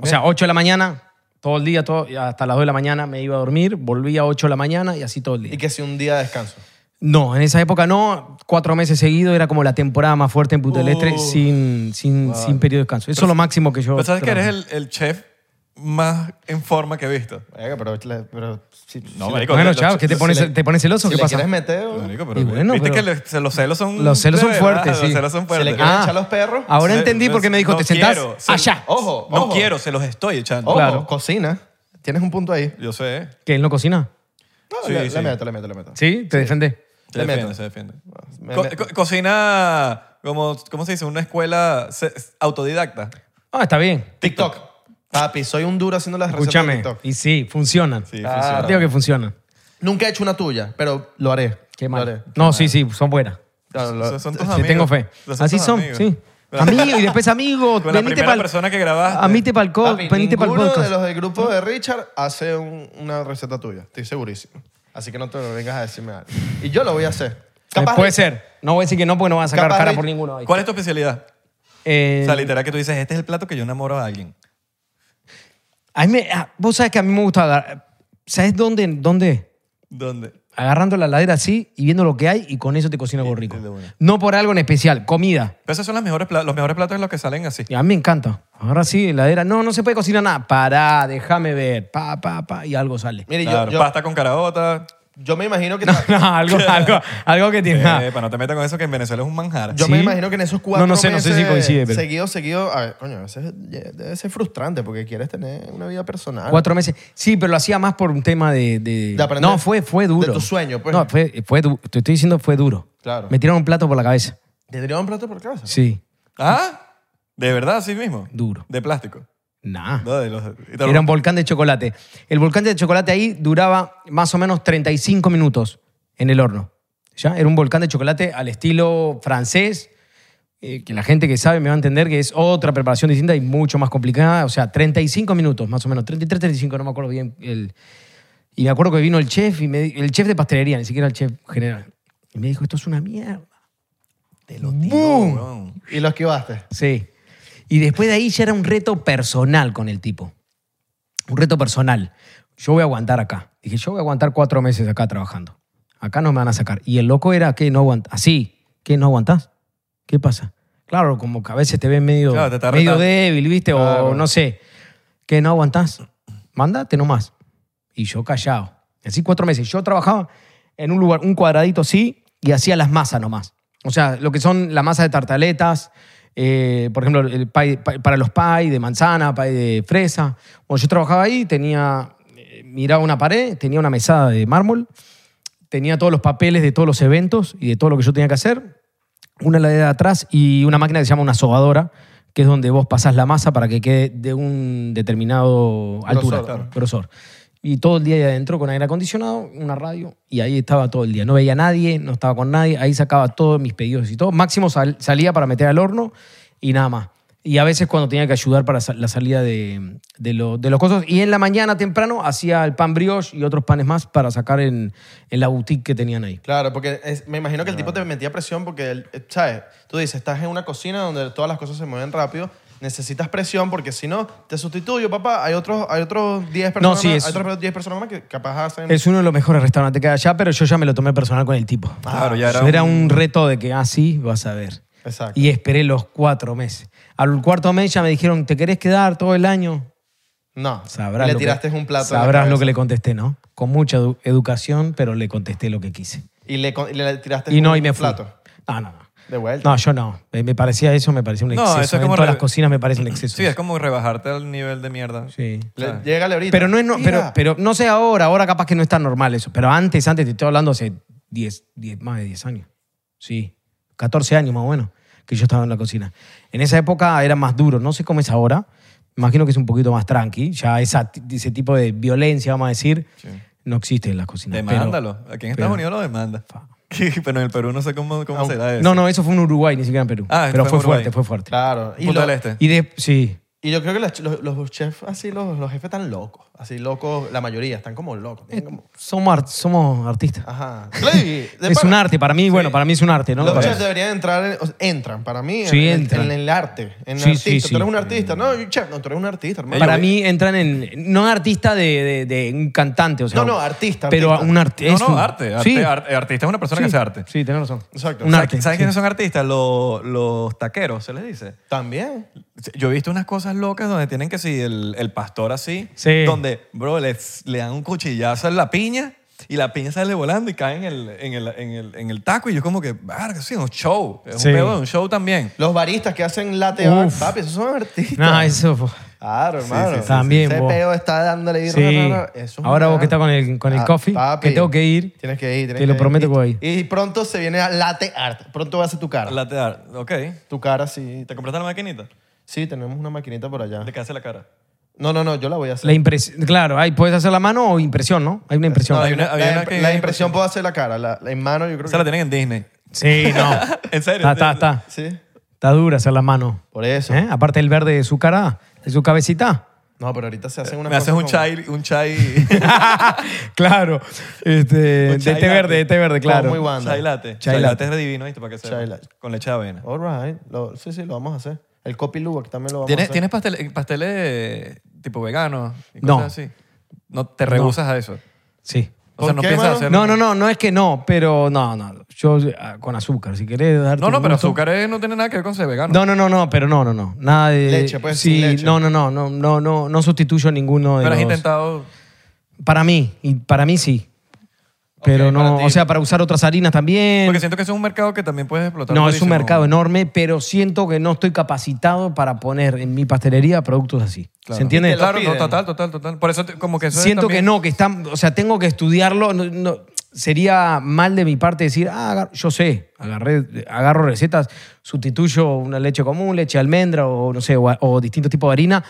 A: O sea, 8 de la mañana, todo el día, todo, hasta las 2 de la mañana me iba a dormir, volvía a 8 de la mañana y así todo el día.
C: Y que si un día de descanso.
A: No, en esa época no. Cuatro meses seguidos era como la temporada más fuerte en Putelestre sin, sin, sin periodo de descanso. Eso es lo máximo que yo.
B: Pero sabes que eres
A: trabajé.
B: el, el chef más en forma que he visto.
C: Venga, pero, le- pero si,
B: No,
C: si le-
B: marico,
A: Bueno,
B: los-
A: chao, ¿qué te
C: si
A: pones,
C: le-
A: te pones celoso?
C: si
A: ¿Qué
C: le
A: pasa?
C: quieres meter,
B: Marico, pero-
A: Y bueno,
B: Viste
A: pero-
B: que los- los celos son.
A: Los celos
B: de
A: son fuertes,
B: verdad,
A: sí.
B: Los celos son
A: Se
B: fuertes.
C: quieres echar los perros?
A: Ah. Ahora
B: Se-
A: entendí por qué me dijo,
B: no
A: te sentás
B: quiero, se-
A: allá.
C: Ojo,
B: No
C: ojo.
B: quiero, se los estoy echando.
C: ojo,
A: Claro.
C: cocina. Tienes un punto ahí.
B: Yo sé.
A: ¿Que él no cocina?
C: No,
B: Sí,
C: le,
B: sí.
C: le meto, le meto, le meto.
A: ¿Sí? ¿Te defiende?
B: Se
C: Le
B: defiende,
C: meto.
B: se defiende.
C: Me-
B: Co-
C: me-
B: co- cocina, como, ¿cómo se dice? Una escuela se- autodidacta.
A: Ah, está bien.
C: TikTok. Papi, soy un duro haciendo las recetas
A: Escúchame.
C: de TikTok.
A: Y sí, funcionan.
B: Sí,
A: Ah,
B: funciona.
A: Digo que funcionan.
C: Nunca he hecho una tuya, pero lo haré.
A: Qué
C: Lo
A: mal.
C: haré.
A: No, sí, sí, son buenas.
C: Claro, lo-
B: Son- son tus
A: Te
B: amigos.
A: tengo fe.
B: Son tus
A: Así son,
B: amigos. [laughs]
A: sí. Amigo y después amigo.
B: Con la
A: venite
B: primera
A: pa'l-
B: persona que grabaste.
A: Amite pa'l co-
C: Papi,
A: venite pa'l
C: ninguno de
A: podcast.
C: los del grupo de Richard hace un- una receta tuya. Estoy segurísimo. Así que no te lo vengas a decirme algo. Y yo lo voy a hacer.
A: Eh,
C: Capaz
A: Puede ser. No voy a decir que no porque no vas a sacar
C: Capaz
A: cara
C: de-
A: por ninguno. ahí.
B: ¿Cuál es tu especialidad?
A: Eh,
B: O sea, literal que tú dices, este es el plato que yo enamoro a alguien.
A: A mí me- ah, vos sabés que a mí me gusta agar- ¿Sabes dónde? dónde?
B: ¿Dónde?
A: Agarrando la ladera así y viendo lo que hay y con eso te cocino algo rico.
B: de una.
A: No por algo en especial, comida.
B: Pero esos son los mejores platos, los mejores platos es los que salen así.
A: Y a mí me encanta. Ahora sí, ladera. No, no se puede cocinar nada. Pará, déjame ver. Pa, pa, pa. Y algo sale. [laughs]
C: Mire, yo-
B: Claro,
C: yo,
B: Pasta con caraota.
C: yo me imagino que...
A: No,
C: [laughs]
A: algo, algo, algo que tiene. nada.
B: Eh, para no te metas con eso que en Venezuela es un manjar.
C: Yo me
A: ¿Sí?
C: imagino que en esos cuatro
A: No, no sé, no
C: meses
A: sé si coincide, pero-
C: seguido, seguido, a ver, coño, a veces ye- debe ser frustrante porque quieres tener una vida personal.
A: Cuatro meses. Sí, pero lo hacía más por un tema de. de-
C: De aprender.
A: no, fue, fue duro.
C: De tu sueño, pues.
A: No, fue, fue du- Te estoy diciendo fue duro.
C: Claro.
A: Me tiraron un plato por la cabeza.
C: ¿Te tiraron un plato por casa?
A: Sí,
B: ¿Ah? ¿De verdad así mismo?
A: Duro.
B: De plástico.
A: nah.
B: No, de los- y te-
A: Era un volcán de chocolate. El volcán de chocolate ahí duraba más o menos 35 minutos en el horno. ¿Ya? Era un volcán de chocolate al estilo francés, eh, que la gente que sabe me va a entender que es otra preparación distinta y mucho más complicada. O sea, 35 minutos más o menos, 33, 35, no me acuerdo bien. El, y me acuerdo que vino el chef, y me di- el chef de pastelería, ni siquiera el chef general. Y me dijo, esto es una mierda.
B: Te lo ¡Boom! weón.
C: Y lo esquivaste.
A: Sí. Y después de ahí ya era un reto personal con el tipo. Un reto personal. Yo voy a aguantar acá. Dije, yo voy a aguantar cuatro meses acá trabajando. Acá no me van a sacar. Y el loco era que no aguantas. Así, que no aguantás. ¿Qué pasa? Claro, como que a veces te ven medio,
B: Claro, te está
A: medio
B: retando.
A: débil, ¿viste? O
C: Claro.
A: no sé. Que no aguantás. Mándate nomás. Y yo callado. Así cuatro meses. Yo trabajaba en un lugar, un cuadradito así, y hacía las masas nomás. O sea, lo que son la masa de tartaletas, eh, por ejemplo, el pie- pa- para los pie de manzana, pie de fresa. Bueno, yo trabajaba ahí, tenía, eh, miraba una pared, tenía una mesada de mármol, tenía todos los papeles de todos los eventos y de todo lo que yo tenía que hacer, una heladera atrás y una máquina que se llama una sobadora, que es donde vos pasás la masa para que quede de un determinado altura,
C: claro.
A: grosor. Y todo el día ahí adentro con aire acondicionado, una radio, y ahí estaba todo el día. No veía a nadie, no estaba con nadie, ahí sacaba todos mis pedidos y todo. Máximo sal- salía para meter al horno y nada más. Y a veces cuando tenía que ayudar para sa- la salida de, de, lo- de los cosas. Y en la mañana temprano hacía el pan brioche y otros panes más para sacar en, en la boutique que tenían ahí.
C: Claro, porque es- me imagino que el tipo te metía presión porque, él, eh, ¿sabes? Tú dices, estás en una cocina donde todas las cosas se mueven rápido, necesitas presión porque si no, te sustituyo, papá. Hay otros hay otros 10
A: No,
C: personas,
A: sí, es-
C: hay otros 10 personas más que capaz hacen...
A: Es uno de los mejores restaurantes que hay allá, pero yo ya me lo tomé personal con el tipo.
B: Claro, Ah, ya era
A: Yo Ah, era
B: un-
A: un reto de que así vas a ver.
C: Exacto.
A: Y esperé los cuatro meses. Al cuarto mes ya me dijeron, ¿te querés quedar todo el año?
C: No,
A: Sabrás.
C: le
A: lo que-
C: tiraste un plato en la
A: Sabrás lo
C: cabeza.
A: que le contesté, ¿no? Con mucha edu- educación, pero le contesté lo que quise.
C: Y le, con- y le tiraste
A: Y no,
C: un
A: y me fui.
C: plato.
A: No, no, no.
C: De vuelta.
A: No, yo no. Me me parecía eso, me parecía un
B: No,
A: exceso.
B: eso es
A: en
B: como
A: todas
B: re-
A: las cocinas me parece un exceso.
B: Sí, es como rebajarte al nivel de mierda.
A: Sí.
C: Le-
B: Claro.
C: Llégale ahorita.
A: Pero no, es no- pero,
C: Mira,
A: pero no sé ahora, ahora capaz que no es tan normal eso. Pero antes, antes, te estoy hablando hace 10, 10, más de 10 años. Sí, 14 años más o menos que yo estaba en la cocina. En esa época era más duro, no sé cómo es ahora. Imagino que es un poquito más tranqui. Ya esa, ese tipo de violencia, vamos a decir, no existe en las cocinas. pero-
B: Demándalo. Aquí en Estados
A: pero-
B: Unidos lo demanda. [laughs] Pero en el Perú no sé cómo, cómo será eso.
A: No, no, eso fue en Uruguay, ni siquiera en Perú.
B: Ah,
A: pero
B: fue
A: fue,
B: en Uruguay.
A: fuerte, fue fuerte.
C: Claro. Y,
B: Punta
C: lo-
B: del Este.
A: Y de, sí,
C: y yo creo que los, los- los chefs así, los, los jefes están locos. Así locos, la mayoría, están como locos. tienen como-
A: somos, art- somos artistas.
C: Ajá. Clay, Ah, de
A: es
C: pana.
A: un arte, para mí, bueno, para mí es un arte, ¿no?
C: Los
A: Para-
C: chefs deberían entrar, en- o sea, entran para mí en-
A: Sí,
C: en,
A: entran.
C: en el arte, en el
A: Sí,
C: artista.
A: sí, sí.
C: Tú eres un artista, no, yo, chef, no, tú eres un artista, hermano.
A: Para mí entran en. No artista de, de- de un cantante, o sea.
C: No, no, artista,
A: Pero
C: artista.
A: un artista.
B: No, no, arte. arte, arte- artista es una persona que hace arte.
A: Sí, tenés razón.
C: Exacto.
A: Un
B: ¿Sabes-
A: arte.
B: ¿Sabes
A: sí.
B: quiénes son artistas? Los, los taqueros, se les dice.
C: También.
B: Yo he visto unas cosas locas donde tienen que si el, el pastor así,
A: Sí.
B: donde, bro, les- le dan un cuchillazo a la piña y la piña sale volando y cae en el, en el, en el, en el taco y yo como que, verga, sí, es un show. Es
A: Sí.
B: un pedo de un show también.
C: Los baristas que hacen latte
A: Uf.
C: art, papi, esos son artistas.
A: No, eso. fue-
C: Claro, hermano.
A: sí, sí, También,
C: Ese
A: vos.
C: peo está dándole ahí, ra,
A: Sí.
C: ra, ra. Eso es un
A: Ahora vos
C: arte.
A: que estás con el, con el
C: Ah,
A: coffee,
C: papi,
A: que tengo que ir.
C: Tienes que ir. tienes
A: Te lo
C: ir.
A: prometo que voy a ir.
C: Y, y pronto se viene a latte art. Pronto vas a hacer tu cara.
B: Latte art, ok.
C: Tu cara, sí.
B: ¿Te compraste la maquinita?
C: Sí, tenemos una maquinita por allá.
B: ¿De qué hace la cara?
C: No, no, no, yo la voy a hacer.
A: La impresión. Claro, ahí puedes hacer la mano o impresión, ¿no? Hay una impresión.
B: No, hay una-
C: La-
B: había
C: la,
B: una que-
C: la impresión puedo hacer la cara. La, la en mano, yo creo
B: Esa la
C: que.
B: tienen en Disney.
A: Sí, no.
B: En serio.
A: Está, está, está.
C: Sí.
A: Está dura hacer la mano.
C: Por eso.
A: ¿Eh? Aparte el verde de su cara, de su cabecita. [laughs]
C: No, pero ahorita se hacen una
B: Eh, Me haces un chai, un chai,
A: claro. Este, de
B: Un chai
A: té
B: latte.
A: verde, de té verde,
C: Claro.
A: claro.
C: Muy wanda.
B: chai latte.
A: Chai
B: Chai
A: latte.
B: latte es divino, ¿viste? Para que sea.
C: Chai latte.
B: Con leche de avena.
C: All right. Lo- sí, sí, lo vamos a hacer. El copy Luwak también lo vamos a
B: ¿Tienes,
C: hacer.
B: tienes pastel- pasteles eh, tipo veganos? y
A: No.
B: cosas así? No te rehusas a eso.
A: Sí.
B: O sea,
C: ¿Por
B: no
C: qué,
B: piensas
C: mano?
B: hacer.
A: No, no, no, no es que no, pero no, no. Yo ah, con azúcar, si querés darte.
B: No, no,
A: un
B: pero
A: gusto.
B: azúcar eh, no tiene nada que ver con ser vegano.
A: No, no, no, no, pero no, no, no. Nada de.
C: Leche, pues,
A: Sí,
C: sin leche.
A: no, no, no, no, no, no, no sustituyo ninguno de
B: pero has
A: los-
B: intentado.
A: Para mí, y para mí sí. Pero
B: Ok, para
A: no,
B: ti.
A: o sea, para usar otras harinas también.
B: Porque siento que ese es un mercado que también puedes explotar.
A: Eh. no, es un
B: durísimo.
A: mercado enorme, pero siento que no estoy capacitado para poner en mi pastelería productos así.
B: Claro.
A: ¿Se entiende?
C: Y te lo
B: Claro, no,
C: piden.
B: total, total, total. Por eso, te- como que eso
A: Siento que
B: también-
A: no, que están, o sea, tengo que estudiarlo. no- no- sería mal de mi parte decir, ah, agar- yo sé, agarré, agarro recetas, sustituyo una leche común, leche de almendra o no sé, o, a- o distintos tipos de harina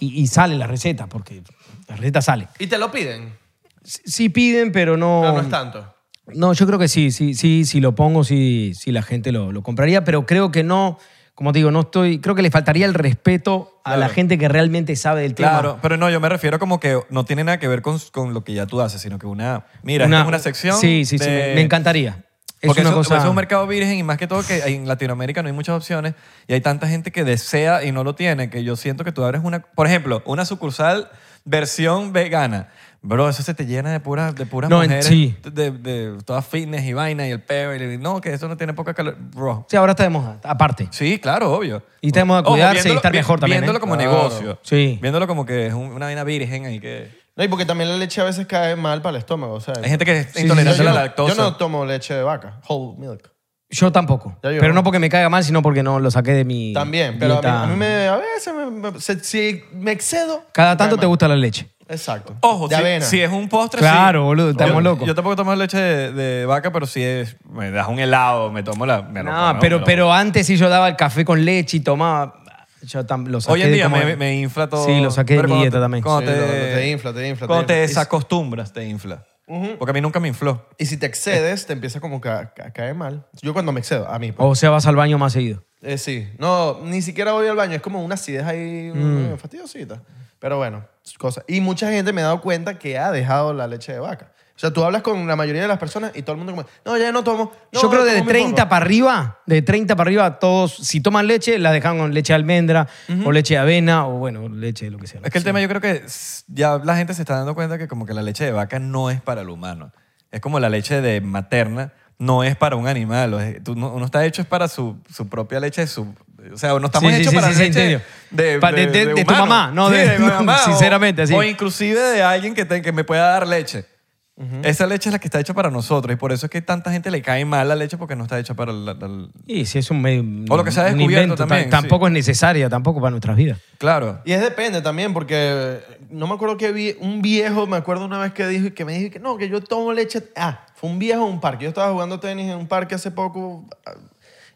A: y, y sale la receta, porque la receta sale.
D: ¿Y te lo piden?
A: Sí, sí piden, pero no.
D: Pero no es tanto.
A: No, yo creo que sí, sí, sí, si lo pongo, sí, sí la gente lo, lo compraría, pero creo que no, como te digo, no estoy, creo que le faltaría el respeto a la gente que realmente sabe del tema.
B: Claro, pero no, yo me refiero como que no tiene nada que ver con, con lo que ya tú haces, sino que una. Mira, esta es una sección.
A: Sí, sí, sí,
B: de-
A: me, me encantaría. Es
B: Porque
A: una
B: eso,
A: cosa.
B: eso es un mercado virgen y más que todo que en Latinoamérica no hay muchas opciones y hay tanta gente que desea y no lo tiene que yo siento que tú abres una, por ejemplo, una sucursal versión vegana. Bro, eso se te llena de puras de puras
A: No, en-
B: mujeres
A: sí.
B: de, de todas fitness y vaina y el peo y le- no, que eso no tiene poca calor, bro.
A: Sí, ahora está de moda, aparte.
B: Sí, claro, obvio.
A: Y te hemos de
B: Ojo,
A: cuidarse y
B: viéndolo-
A: estar
B: vi-
A: mejor también,
B: Viéndolo
A: ¿eh?
B: como
A: Claro.
B: negocio.
A: Sí.
B: Viéndolo como que es un- una vaina virgen ahí que
C: No, y porque también la leche a veces cae mal para el estómago. O sea,
B: hay gente que es
A: sí,
B: intolerante
A: sí,
B: a
C: yo,
B: la
C: no-
B: lactosa.
C: yo no tomo leche de vaca, whole milk.
A: Yo tampoco.
C: Ya llegó.
A: Pero no porque me caiga mal, sino porque no lo saqué de mi.
C: También, pero a mí,
A: dieta.
C: a mí me, a veces me- me- se- si me excedo.
A: Cada
C: me
A: tanto
C: cae
A: te
C: mal.
A: gusta la leche.
C: Exacto.
B: Ojo,
C: de
B: si,
C: avena.
B: si es un postre,
A: Claro,
B: sí.
A: boludo, estamos
B: Yo-
A: locos.
B: Yo tampoco tomo leche de, de vaca, pero si es, me das un helado, me tomo la... me lo
A: No,
B: como, me
A: pero,
B: lo-
A: pero antes sí yo daba el café con leche y tomaba. Yo tam- lo saqué
B: Hoy en
A: de
B: día
A: como-
B: me, me infla todo.
A: Sí, lo saqué de
B: Pero
A: mi
B: cuando
A: dieta
B: te-
A: también.
B: Cuando
C: Sí,
B: te,
C: lo- lo- te infla, te infla, te
B: Cuando te
C: infla.
B: desacostumbras, te infla. Porque a mí nunca me infló.
C: Y si te excedes, te empieza como que a, a caer mal. Yo cuando me excedo, a mí. pues.
A: O sea, vas al baño más seguido.
C: Eh, sí. No, ni siquiera voy al baño. Es como una acidez ahí
A: Mm.
C: eh, fastidiosita. Pero bueno, cosas. Y mucha gente me ha dado cuenta que ha dejado la leche de vaca. O sea, tú hablas con la mayoría de las personas y todo el mundo como, no, ya no tomo. No,
A: Yo creo
C: ahora
A: que de
C: tomo mi
A: 30
C: poco".
A: para arriba, de 30 para arriba, todos, si toman leche, la dejan con leche de almendra o leche de avena o bueno, leche de lo que sea.
B: Es que el tema yo creo que s- ya la gente se está dando cuenta que como que la leche de vaca no es para el humano. Es como la leche de materna no es para un animal. O es- tú- uno uno está hecho es para su, su propia leche. Su, o sea, no estamos
A: Sí, sí,
B: hechos
A: sí,
B: para
A: sí, sí,
B: leche
A: entiendo.
B: de,
A: Pa- de- de- de tu
B: humano.
A: mamá, no [laughs] de-
B: mi o-
A: sinceramente, así.
B: O inclusive de alguien que, te- que me pueda dar leche. Esa leche es la que está hecha para nosotros y por eso es que tanta gente le cae mal la leche porque no está hecha para la- la-
A: Y si es un medio.
B: O lo que se ha
A: un
B: descubierto
A: ta-
B: también, sí.
A: Tampoco es necesaria, tampoco para nuestras vidas.
B: Claro.
C: Y es depende también, porque no me acuerdo que vi un viejo, me acuerdo una vez que dijo que me dijo que no, que yo tomo leche. Ah, fue un viejo en un parque. Yo estaba jugando tenis en un parque hace poco. ah,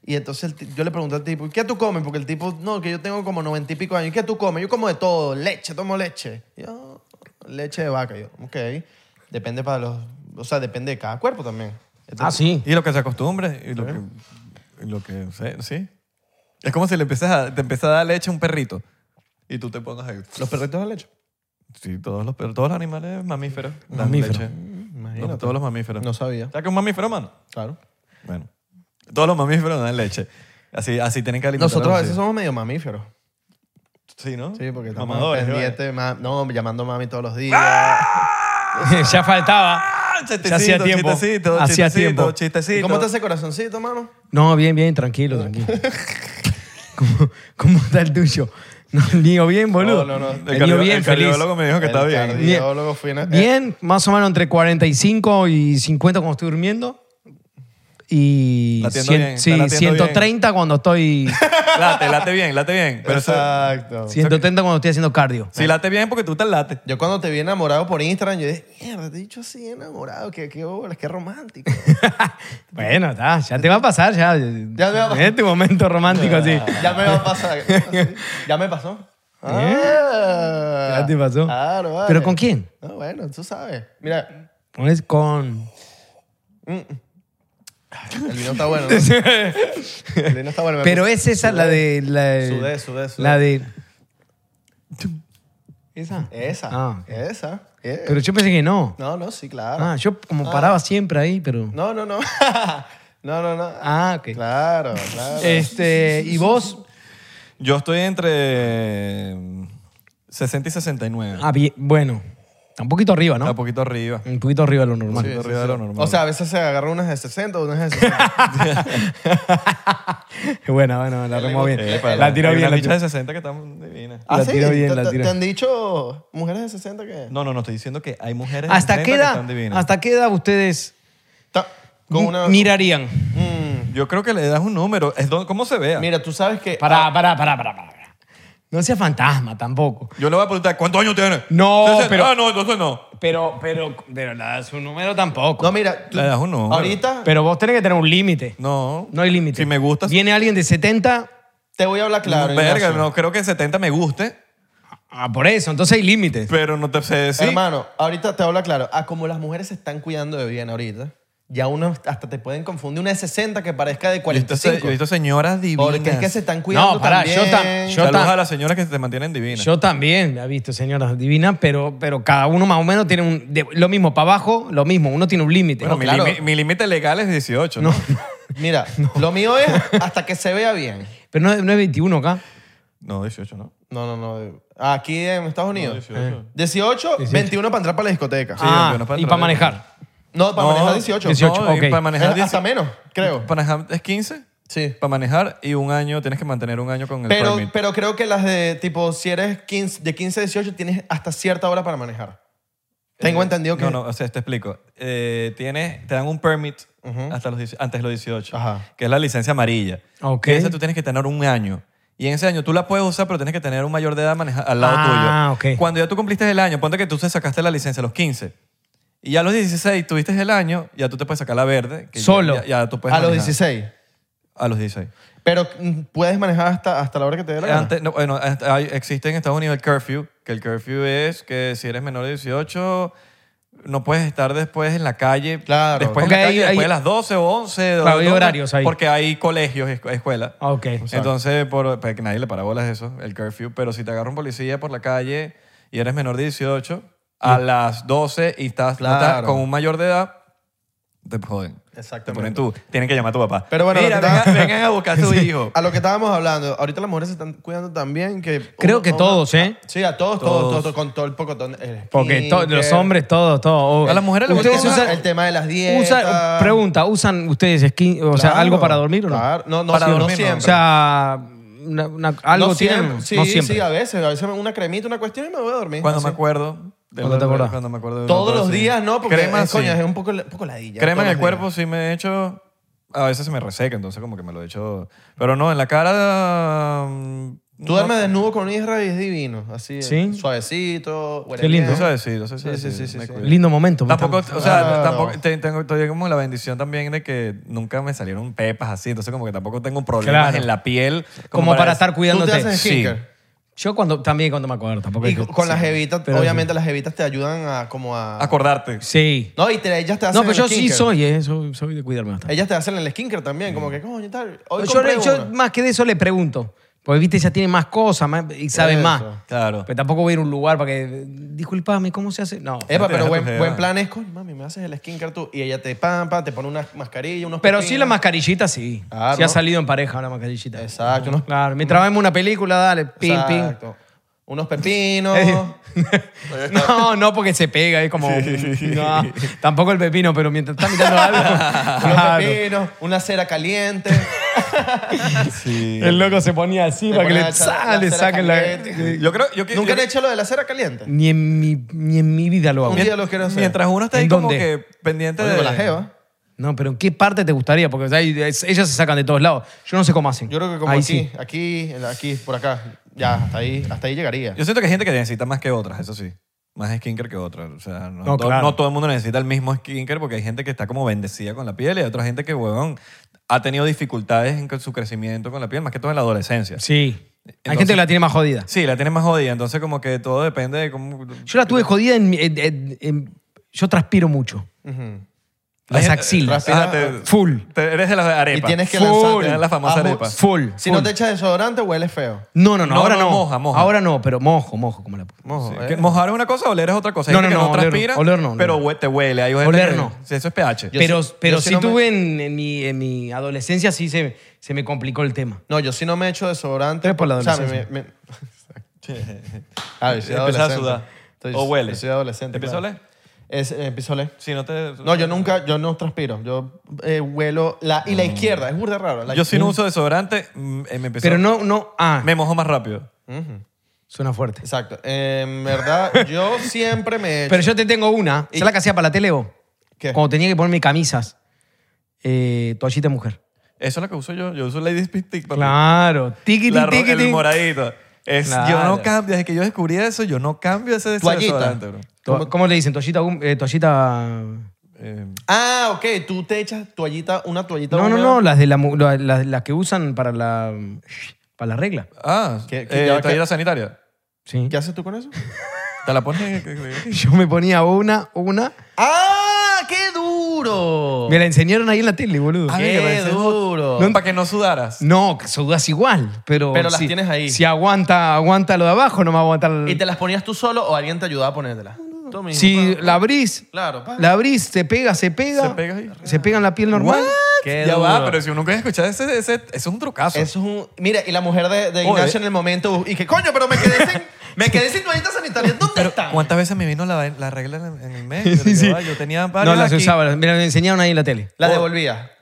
C: Y entonces el ti- yo le pregunté al tipo, ¿y ¿qué tú comes? Porque el tipo, no, que yo tengo como noventa y pico años. ¿Y qué tú comes? Yo como de todo, leche, tomo leche. Y Yo, leche de vaca. Y Yo, ok. Depende para los. O sea, depende de cada cuerpo también.
A: Ah, sí.
B: Y lo que se acostumbre y lo que, y lo que sé, sí. Es como si le empiezas a, te empieza a dar leche a un perrito y tú te pongas ahí.
C: ¿Los perritos de leche?
B: Sí, todos los, perros- todos los animales mamíferos dan
A: Mamífero.
B: leche.
C: Imagínate.
B: Los- todos los mamíferos.
C: No sabía.
B: ¿Sabes qué es un mamífero, mano?
C: Claro.
B: Bueno. Todos los mamíferos dan leche. Así, así tienen que alimentar.
C: Nosotros a
B: los-
C: veces somos medio mamíferos.
B: Sí, ¿no?
C: Sí, porque estamos
B: Mamadores,
C: pendientes, ma- no, llamando a mami todos los días.
A: [laughs] ¡Ah! ya faltaba.
B: ¿vale? Ah, Chistecito,
A: Ya hacía tiempo.
B: chistecito,
A: Hacía
B: chistecito,
A: tiempo.
B: chistecito.
C: ¿Cómo está ese corazoncito, mano?
A: No, bien, bien, tranquilo, tranquilo. ¿Cómo, cómo está el tuyo? No, mío bien, boludo.
C: No, no, no.
B: El,
A: El mío
B: cardió-
A: bien,
B: el
A: feliz.
B: cardiólogo me dijo que
C: El
B: está bien.
C: cardi-
A: Bien,
C: Cardiólogo fui en-
A: Bien, más o menos entre 45 y 50 cuando estoy durmiendo. Y
B: Latiendo
A: cien-
B: bien, está
A: sí,
B: latiendo
A: 130 cuando
B: [laughs]
A: estoy.
B: Late, late bien, late
C: [laughs]
B: bien. Pero eso-
C: Exacto.
A: 130 cuando estoy haciendo cardio.
B: si late bien porque tú te late.
C: Yo cuando te vi enamorado por Instagram, yo dije, mierda, te he dicho así enamorado, qué, qué bolas, qué
A: [laughs]
C: romántico.
A: Bueno, está, ya te va a pasar, ya.
C: Ya me va a pasar.
A: En este momento romántico, así.
C: [laughs] ya me va a pasar. Así. Ya me pasó. Ah.
A: ¿Eh? Ya te pasó.
C: Claro, vale.
A: ¿Pero con quién?
C: No, bueno, tú sabes. Mira,
A: Pones con.
C: el vino está bueno.
A: [laughs]
C: ¿no? El vino está bueno. me
A: Pero
C: gusta.
A: es esa la de. La de
C: Sudé, sudé, sudé.
A: La de. ¿Esa?
C: Esa,
A: Ah, ok.
C: esa. eh.
A: Pero yo pensé que no.
C: No, no, sí, claro.
A: Ah, yo como paraba siempre ahí, pero.
C: No, no, [laughs] no. no, no, no.
A: Ah, ok.
C: Claro, claro.
A: Este, y vos.
B: Yo estoy entre mm, 60 y 69.
A: Ah, bien, bueno. Está un poquito arriba,
B: Está
A: ¿no?
B: Un poquito arriba. Un
A: Un poquito arriba de lo normal.
B: poquito arriba de lo normal.
C: O sea, a veces se agarra unas de 60,
B: [laughs]
C: unas de 60.
A: Buena, [laughs] bueno, la remó bien.
B: Eh, para-
A: La tiró
B: hay
A: bien, la
B: una ficha de
A: tiró.
B: 60 que está divina.
C: Ah.
A: La tiró bien,
C: ¿Te-
A: la
C: te-
A: tiró.
C: ¿Te han dicho mujeres de 60 que?
B: No, no, no, estoy diciendo que hay mujeres de
A: ¿Hasta
B: 60
A: qué
B: que
A: edad,
B: están divinas.
A: ¿Hasta qué edad ustedes
C: Ta- Con
A: m-
C: una.
A: mirarían?
C: Mm.
B: Yo creo que le das un número. Es don- ¿Cómo se vea?
C: Mira, tú sabes que.
A: Pará, pará, pará, pará, pará. No sea fantasma tampoco.
B: Yo le voy a preguntar, ¿cuántos años tiene?
A: No, pero-
B: Ah, no, entonces no.
A: Pero, pero, pero la, su número tampoco.
C: No, mira. tú-
B: Le das un número.
C: Ahorita
A: pero vos tenés que tener un límite.
B: No.
A: No hay límite.
B: Si me gusta.
A: Viene alguien de 70,
C: te voy a hablar claro.
B: Verga,
C: Ignacio.
B: no creo que 70 me guste,
A: ah, por eso, entonces hay límites.
B: pero no te sé decir.
C: Hermano, ahorita te hablo claro. Ah, como las mujeres se están cuidando de bien ahorita, ya uno hasta te pueden confundir una de 60 que parezca de
B: Yo he visto se-
C: 45.
B: Yo he visto señoras divinas.
C: Porque es que se están cuidando
A: No, pará, yo
C: también.
A: tam- yo-
B: Saludos
A: tam-
B: a las señoras que se mantienen divinas.
A: Yo también, me ha visto, señoras divinas, pero, pero cada uno más o menos tiene un, de- lo mismo para abajo, lo mismo, uno tiene un límite.
B: bueno,
A: No,
B: mi
C: claro.
B: limi- mi límite legal es 18. No. [laughs]
C: Mira, lo mío es hasta que se vea bien.
A: Pero no, es- no es 21 acá.
B: No, 18 no.
C: No, no, no. Aquí en Estados Unidos.
B: 18.
C: 18, 21 para entrar para la discoteca.
A: ah,
B: 21 para
A: y
B: entrar.
A: para manejar.
C: No, para
B: No,
C: manejar 18.
A: 18.
B: No, y
A: ok.
B: Para manejar
C: Es hasta
B: 18.
C: menos, creo.
B: Para manejar es 15.
C: Sí.
B: Para manejar y un año, tienes que mantener un año con el
C: Pero,
B: permit.
C: pero creo que las de tipo, si eres 15, de 15 a 18, tienes hasta cierta hora para
B: Eh,
C: manejar. Tengo entendido que.
B: No, no, o sea, Eh, te explico. Eh, tienes, te dan un permit hasta los, dieci- antes de los 18,
C: Ajá.
B: que es la licencia amarilla.
A: Ok.
B: Que esa tú tienes que tener un año. Y en ese año tú la puedes usar, pero tienes que tener un mayor de edad maneja- al lado tuyo.
A: Ah, ok.
B: Cuando ya tú cumpliste el año, ponte que tú te sacaste la licencia a los 15. Y ya a los 16 tuviste el año, ya tú te puedes sacar la verde. que ya-
A: Solo.
B: ya- ya tú puedes
C: A los
B: manejar.
C: 16.
B: A los 16.
C: Pero mm, puedes manejar hasta, hasta la hora que te dé la gana.
B: Eh, Antes, no, bueno, hasta hay- existe en Estados Unidos el curfew, que el curfew es que si eres menor de 18 no puedes estar después en la calle,
C: Claro.
B: después
A: Porque
B: en la
A: hay-
B: calle, después
A: hay-
B: de las 12 o 11. o
A: Claro, hay
B: 12,
A: horarios ahí.
B: Porque hay colegios, escu- escuelas.
A: Ah, ok.
B: Entonces, por, para que nadie le parabolas eso, el curfew, pero si te agarra un policía por la calle y eres menor de 18, a las 12 y estás, no estás
C: Claro.
B: con un mayor de edad, te joden. Te ponen
C: Exactamente.
B: tú, tienen que llamar a tu papá.
C: Pero bueno, lo
B: Mira,
C: que estaba-
B: vengan, vengan a buscar a
C: [laughs]
B: tu hijo.
C: A lo que estábamos hablando, ahorita las mujeres se están cuidando también que...
A: Creo
C: uno-
A: que
C: uno-
A: todos, ¿eh?
C: Sí, a todos, todos,
B: Todos.
C: todos, todos, con todo el pocotón. el
A: Porque to-
C: skincare,
A: los hombres, todos, todos.
B: A las mujeres les gusta
A: ¿Ustedes
C: el tema-
A: usan-
C: el tema de las dietas.
A: usan- pregunta, ¿usan ustedes skin, o sea,
C: Claro,
A: algo para dormir o no?
C: Claro. No, no,
B: Para
C: sí, no
B: dormir, no.
C: siempre.
A: O sea, una- una- algo
C: no
A: tienen,
C: siempre. Sí,
A: no siempre.
C: sí, a veces. A veces una cremita, una cuestión y me voy a dormir.
B: Cuando
C: Así.
B: me acuerdo. de
A: ¿Cuándo te
B: la-
A: acordás?
B: Cuando me acuerdo de una
C: Todos
B: cosa
C: los
B: así.
C: días, ¿no? Porque
B: crema,
C: es, coño,
B: sí.
C: es un poco, un poco ladilla.
B: Crema en
C: todos
B: el
C: los
B: cuerpo
C: días.
B: sí me he hecho. A veces se me reseca, entonces como que me lo he hecho. Pero no, en la cara. mm,
C: Tú
B: no-
C: duermes desnudo con Isra y es divino. Así,
A: Sí.
C: suavecito. huele
A: Qué lindo.
B: Eso
C: bien.
B: es, sí, eso es,
C: Sí, sí,
B: sí,
C: sí, sí,
B: me
C: sí.
B: cuido.
A: Lindo pues, momento. me
B: Tampoco,
A: están-
B: o sea,
C: Claro.
B: tampoco te- tengo, todavía como la bendición también de que nunca me salieron pepas así, entonces como que tampoco tengo problemas
A: Claro.
B: en la piel.
A: como, para, estar
C: Tú te
A: cuidándote.
C: haces
B: Sí.
C: skincare.
A: Yo cuando, también cuando me acuerdo. Tampoco
C: Y
A: es que-
C: con las
A: sí.
C: jevitas,
A: Pero-
C: obviamente las jevitas te ayudan a como a...
B: Acordarte.
A: Sí.
C: no, y te- ellas te hacen
A: No, pero
C: el
A: yo sí
C: skincare.
A: soy, eh, soy, soy de cuidarme bastante.
C: Ellas te hacen el skincare también, como que coño y tal. Hoy
A: Mm. yo,
C: compré
A: yo
C: una.
A: más que de eso le pregunto. Porque, viste, ella tiene más cosas más- y sabe
C: Eso.
A: más.
B: Claro.
A: Pero tampoco voy a ir a un lugar para que... Disculpame, ¿cómo se hace? No.
C: Epa,
B: Te deja
C: pero
B: tu
C: buen,
B: jeva.
C: buen plan es, coño, mami, me haces el skincare tú. Y ella te pampa, te pone una mascarilla, unos
A: Pero sí la
C: pepinos.
A: mascarillita, sí.
C: Claro.
A: Sí ha salido en pareja una mascarillita.
C: Exacto, unos,
A: Claro, mientras vemos una película, dale, pim, pim.
C: exacto. Unos pepinos.
A: [laughs] No, no, porque se pega, es como. no, tampoco el pepino, pero mientras está mirando
C: [laughs]
A: algo.
C: unos
A: claro.
C: pepinos, una
A: [laughs]
C: cera caliente.
B: Sí.
A: El loco se ponía así
C: Te
A: para que
C: ponía
A: le,
C: la cera-
A: sa- le
C: la cera
A: saquen la.
C: caliente.
B: Yo creo, yo que- yo-
C: ¿Nunca han hecho lo de la cera caliente?
A: Ni en, mi, ni en mi vida lo hago.
C: Un día lo quiero hacer.
B: mientras uno está
A: ¿En
B: ahí como
A: dónde?
B: que pendiente
C: Coño,
B: de
C: con la jeva.
A: No, pero ¿en qué parte te gustaría? Porque o sea, ellas se sacan de todos lados. Yo no sé cómo hacen.
C: Yo creo que como
A: Ahí
C: aquí,
A: sí.
C: aquí, aquí, por acá. Ya, hasta ahí, hasta ahí llegaría.
B: Yo siento que hay gente que necesita más que otras, eso sí. Más skincare que otras. O sea, no,
A: No,
B: todo,
A: claro.
B: no todo el mundo necesita el mismo skincare porque hay gente que está como bendecida con la piel y hay otra gente que, huevón, ha tenido dificultades en su crecimiento con la piel, más que todo en la adolescencia. Sí,
A: Sí. Hay
B: Entonces-
A: gente que la tiene más jodida.
B: la tiene más jodida. Entonces, como que todo depende de cómo.
A: Yo la tuve jodida en. mi- en- en- en- yo transpiro mucho.
B: La
C: Eh,
A: Las
B: gente-
A: axilas.
B: Ah, te-
A: Full.
B: te- eres de las arepas.
C: Y tienes que
B: Full.
C: lanzarte.
B: Te dan la famosa
C: Ah,
B: arepa.
A: Full.
C: Si
A: full.
C: no te echas desodorante, huele feo.
A: No, no, no,
B: No,
A: ahora
B: no,
A: no.
B: moja, moja.
A: Ahora no, pero mojo, mojo, como la
C: Mojo,
B: Sí,
C: eh.
B: que mojar es una cosa, oler es otra cosa. Hay
A: No,
B: gente
A: no,
B: que
A: no, oler no.
B: transpira,
A: Oler no, no.
B: Pero hue- te huele. Hay gente
A: Oler
B: que-
A: no.
B: Eso es pH.
C: Yo
A: pero
C: sí-
A: pero
C: yo sí
A: sí
C: no me-
A: tuve en, en mi, en mi adolescencia, sí se, se me complicó el tema.
C: No, yo sí no me he hecho desodorante.
A: Pero es por la
C: O sea,
A: adolescencia.
C: me- [laughs] me- Ah, yo soy
B: Empiezas a
C: adolescente.
B: sudar.
C: Estoy-
B: O huele.
C: yo Soy adolescente.
B: ¿Empiezas a
C: claro.
B: oler?
C: Es, eh, empiezo a oler.
B: Si no te.
C: No, yo nunca, yo no transpiro. Yo eh, huelo. La,
A: Mm.
C: y la izquierda, es burda raro. la-
B: Yo si no uso desodorante, mm, eh, me empezó-
A: Pero no, no, ah,
B: me mojo más rápido.
A: suena fuerte.
C: Exacto. Eh, en verdad,
A: [laughs]
C: yo siempre me he hecho.
A: Pero yo te tengo una, ¿sabes la que hacía para la tele vos?
C: ¿Qué?
A: Cuando tenía que ponerme camisas, eh, toallita de mujer.
B: Eso es lo que uso yo. Yo uso Lady Speed Tick. papi.
A: Claro, tiquiti,
B: La ro- el
A: tiquiti.
B: moradito. Es,
A: Claro.
B: Yo no cambio. Desde que yo descubrí eso, yo no cambio ese
C: Toallita.
B: desodorante, bro.
A: To- ¿Cómo le dicen? Toallita, hum- eh, toallita...
B: Eh,
C: Ah, ok. Tú te echas toallita, una toallita.
A: No, no,
C: húmeda.
A: no, las, de la, mu- la- las, las que usan para la, para la regla. [laughs]
B: ah,
C: ¿Qué- qué-
B: eh,
C: ya-
B: toallita
C: qué-
B: sanitaria.
A: Sí.
C: ¿Qué haces tú con eso?
B: Te la
A: [laughs]
B: pones...
A: Yo me ponía una, una.
C: ¡Ah! ¡Qué duro!
A: Me la enseñaron ahí en la tele, boludo.
B: Ah, mira,
C: ¡Qué
B: parece-
C: duro!
B: para que no sudaras.
A: No, que sudas igual, pero.
C: Pero las
A: si-
C: tienes ahí.
A: Si aguanta, aguanta lo de abajo, no me aguanta. el-
C: ¿Y te las ponías tú solo o alguien te ayudaba a ponértelas? Tú mismo,
A: si
C: pa.
A: la abrís,
C: Claro, pa.
A: la abrís, se pega, se pega.
B: Se pega ahí.
A: se pega en la piel normal.
B: Ya
C: Qué
B: va,
A: [laughs]
C: duro.
B: pero si uno nunca ha escuchado ese, ese, eso es un trucazo.
C: Eso es un. Mira, y la mujer de, de
B: Oye.
C: Ignacio en el momento. Y que, coño, pero me quedé sin. me quedé sin toallita sanitaria. ¿Dónde
B: Pero,
C: está?
B: ¿cuántas veces me vino la, la regla en en el
A: [laughs]
B: mes?
A: Sí,
B: Yo digo,
A: sí.
B: "Ah, Yo tenía varias
A: No, las
B: aquí".
A: usaba, las- me las enseñaron ahí en la
B: [laughs]
A: tele.
C: La devolvía.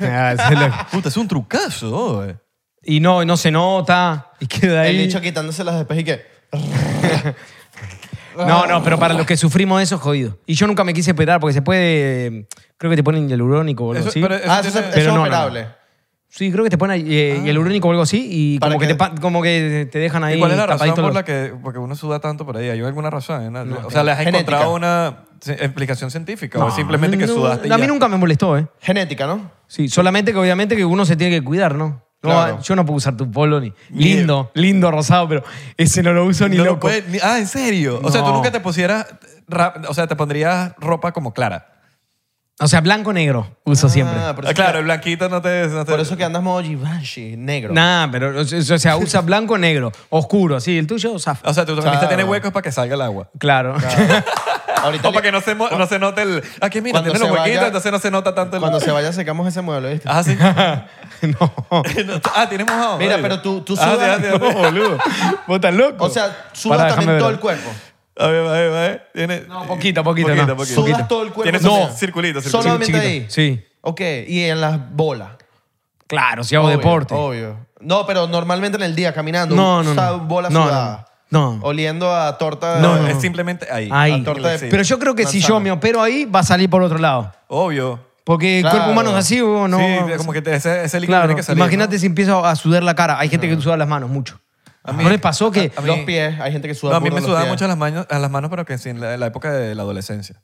A: Ah, se la-
B: Puta, es un trucazo, güey.
A: y no, no se nota, y queda
C: El
A: ahí.
C: bicho quitándose las después y que.
A: No, no, pero para los que sufrimos de eso es jodido. Y yo nunca me quise operar porque se puede. Creo que te ponen hialurónico o algo
B: Eso-
A: así.
B: pero eh, eso
C: Ah,
B: tiene-
C: eso, es-
A: Pero
C: eso
A: no,
C: es
A: no.
C: operable.
A: Sí, creo que te ponen eh, hialurónico o algo así y
C: Para
A: como que,
C: que-
A: te, pa- como que te dejan ahí.
B: Ah. ¿Y cuál es la razón
A: tapaditos los-
B: por la que porque uno suda tanto por ahí? ¿Hay alguna razón? ¿Hay una- o sea, ¿les has
C: Genética.
B: encontrado una ci- explicación científica o
A: No,
B: simplemente que
A: no,
B: sudaste? y
A: A mí
B: ya?
A: nunca me molestó, ¿eh?
C: Genética, ¿no?
A: Sí, solamente que obviamente que uno se tiene que cuidar, ¿no? No, ah,
C: Claro.
A: yo no puedo usar tu polo ni. Lindo, lindo rosado, pero ese no lo uso ni
B: No lo
A: loco.
B: puedes ni- ah, ¿en serio? O sea, tú
A: No.
B: nunca te pusieras, ra- o sea, te pondrías ropa como clara.
A: O sea, blanco-negro uso siempre.
C: Ah, por
B: Ah,
C: eso
B: claro,
C: que-
B: el blanquito no te... no te-
C: por eso que andas modo Givenchy, negro.
A: Nada, pero o sea, o sea, usa blanco-negro, oscuro, sí. El tuyo, zafa.
B: O sea, tu camisa
C: Claro.
B: tiene huecos para que salga el agua.
A: Claro.
C: Ahorita
B: O para
C: le-
B: que no se, mo- no se note el... Aquí mira,
C: Cuando
B: tiene los
C: se
B: huequitos,
C: vaya-
B: entonces no se nota tanto el...
C: Cuando se vaya secamos ese mueble, ¿viste? [laughs]
B: Ah, sí.
A: [laughs] no.
B: ah, tienes mojado.
C: Mira,
B: Ay.
C: pero tú- tú
B: Ah,
C: sudas- [laughs]
B: sí, ah, sí, ah, sí.
A: boludo. Vos estás loco.
C: O sea, sudas
A: Pará, déjame
C: también todo
A: ver.
C: el cuerpo.
B: A ver, a ver, a ver. Tiene-
A: No, poquito, poquito, no.
C: Sudas todo el cuerpo.
B: Tienes
C: No.
B: un circulito, circulito.
C: Solamente
A: Chiquito,
C: ahí.
A: Sí.
C: Ok, y en las bolas.
A: Claro, si hago
C: Obvio,
A: deporte.
C: Obvio. No, pero normalmente en el día caminando.
A: No, no,
C: usa
A: no.
C: Bola
A: No,
C: sudada.
A: no, no.
C: Oliendo a torta.
A: No, no.
B: Es simplemente ahí.
A: Ahí.
C: La torta de-
A: Pero yo creo que si
C: Manzana.
A: yo me opero ahí, va a salir por otro lado.
B: Obvio.
A: Porque el
C: Claro.
A: cuerpo humano es así o no.
B: sí, como que te- ese, ese líquido
A: Claro,
B: tiene que salir.
A: imagínate
B: ¿no?
A: si empiezo a sudar la cara. Hay gente que suda las manos mucho.
B: A
A: A
B: mí-
A: ¿No les pasó que...?
B: a- a mí-
C: Los pies. Hay gente que suda
B: No, a mí
C: burda
B: me
C: los
B: sudaba
C: pies.
B: mucho las manos, a las manos, pero que sí, en la, en la época de la adolescencia.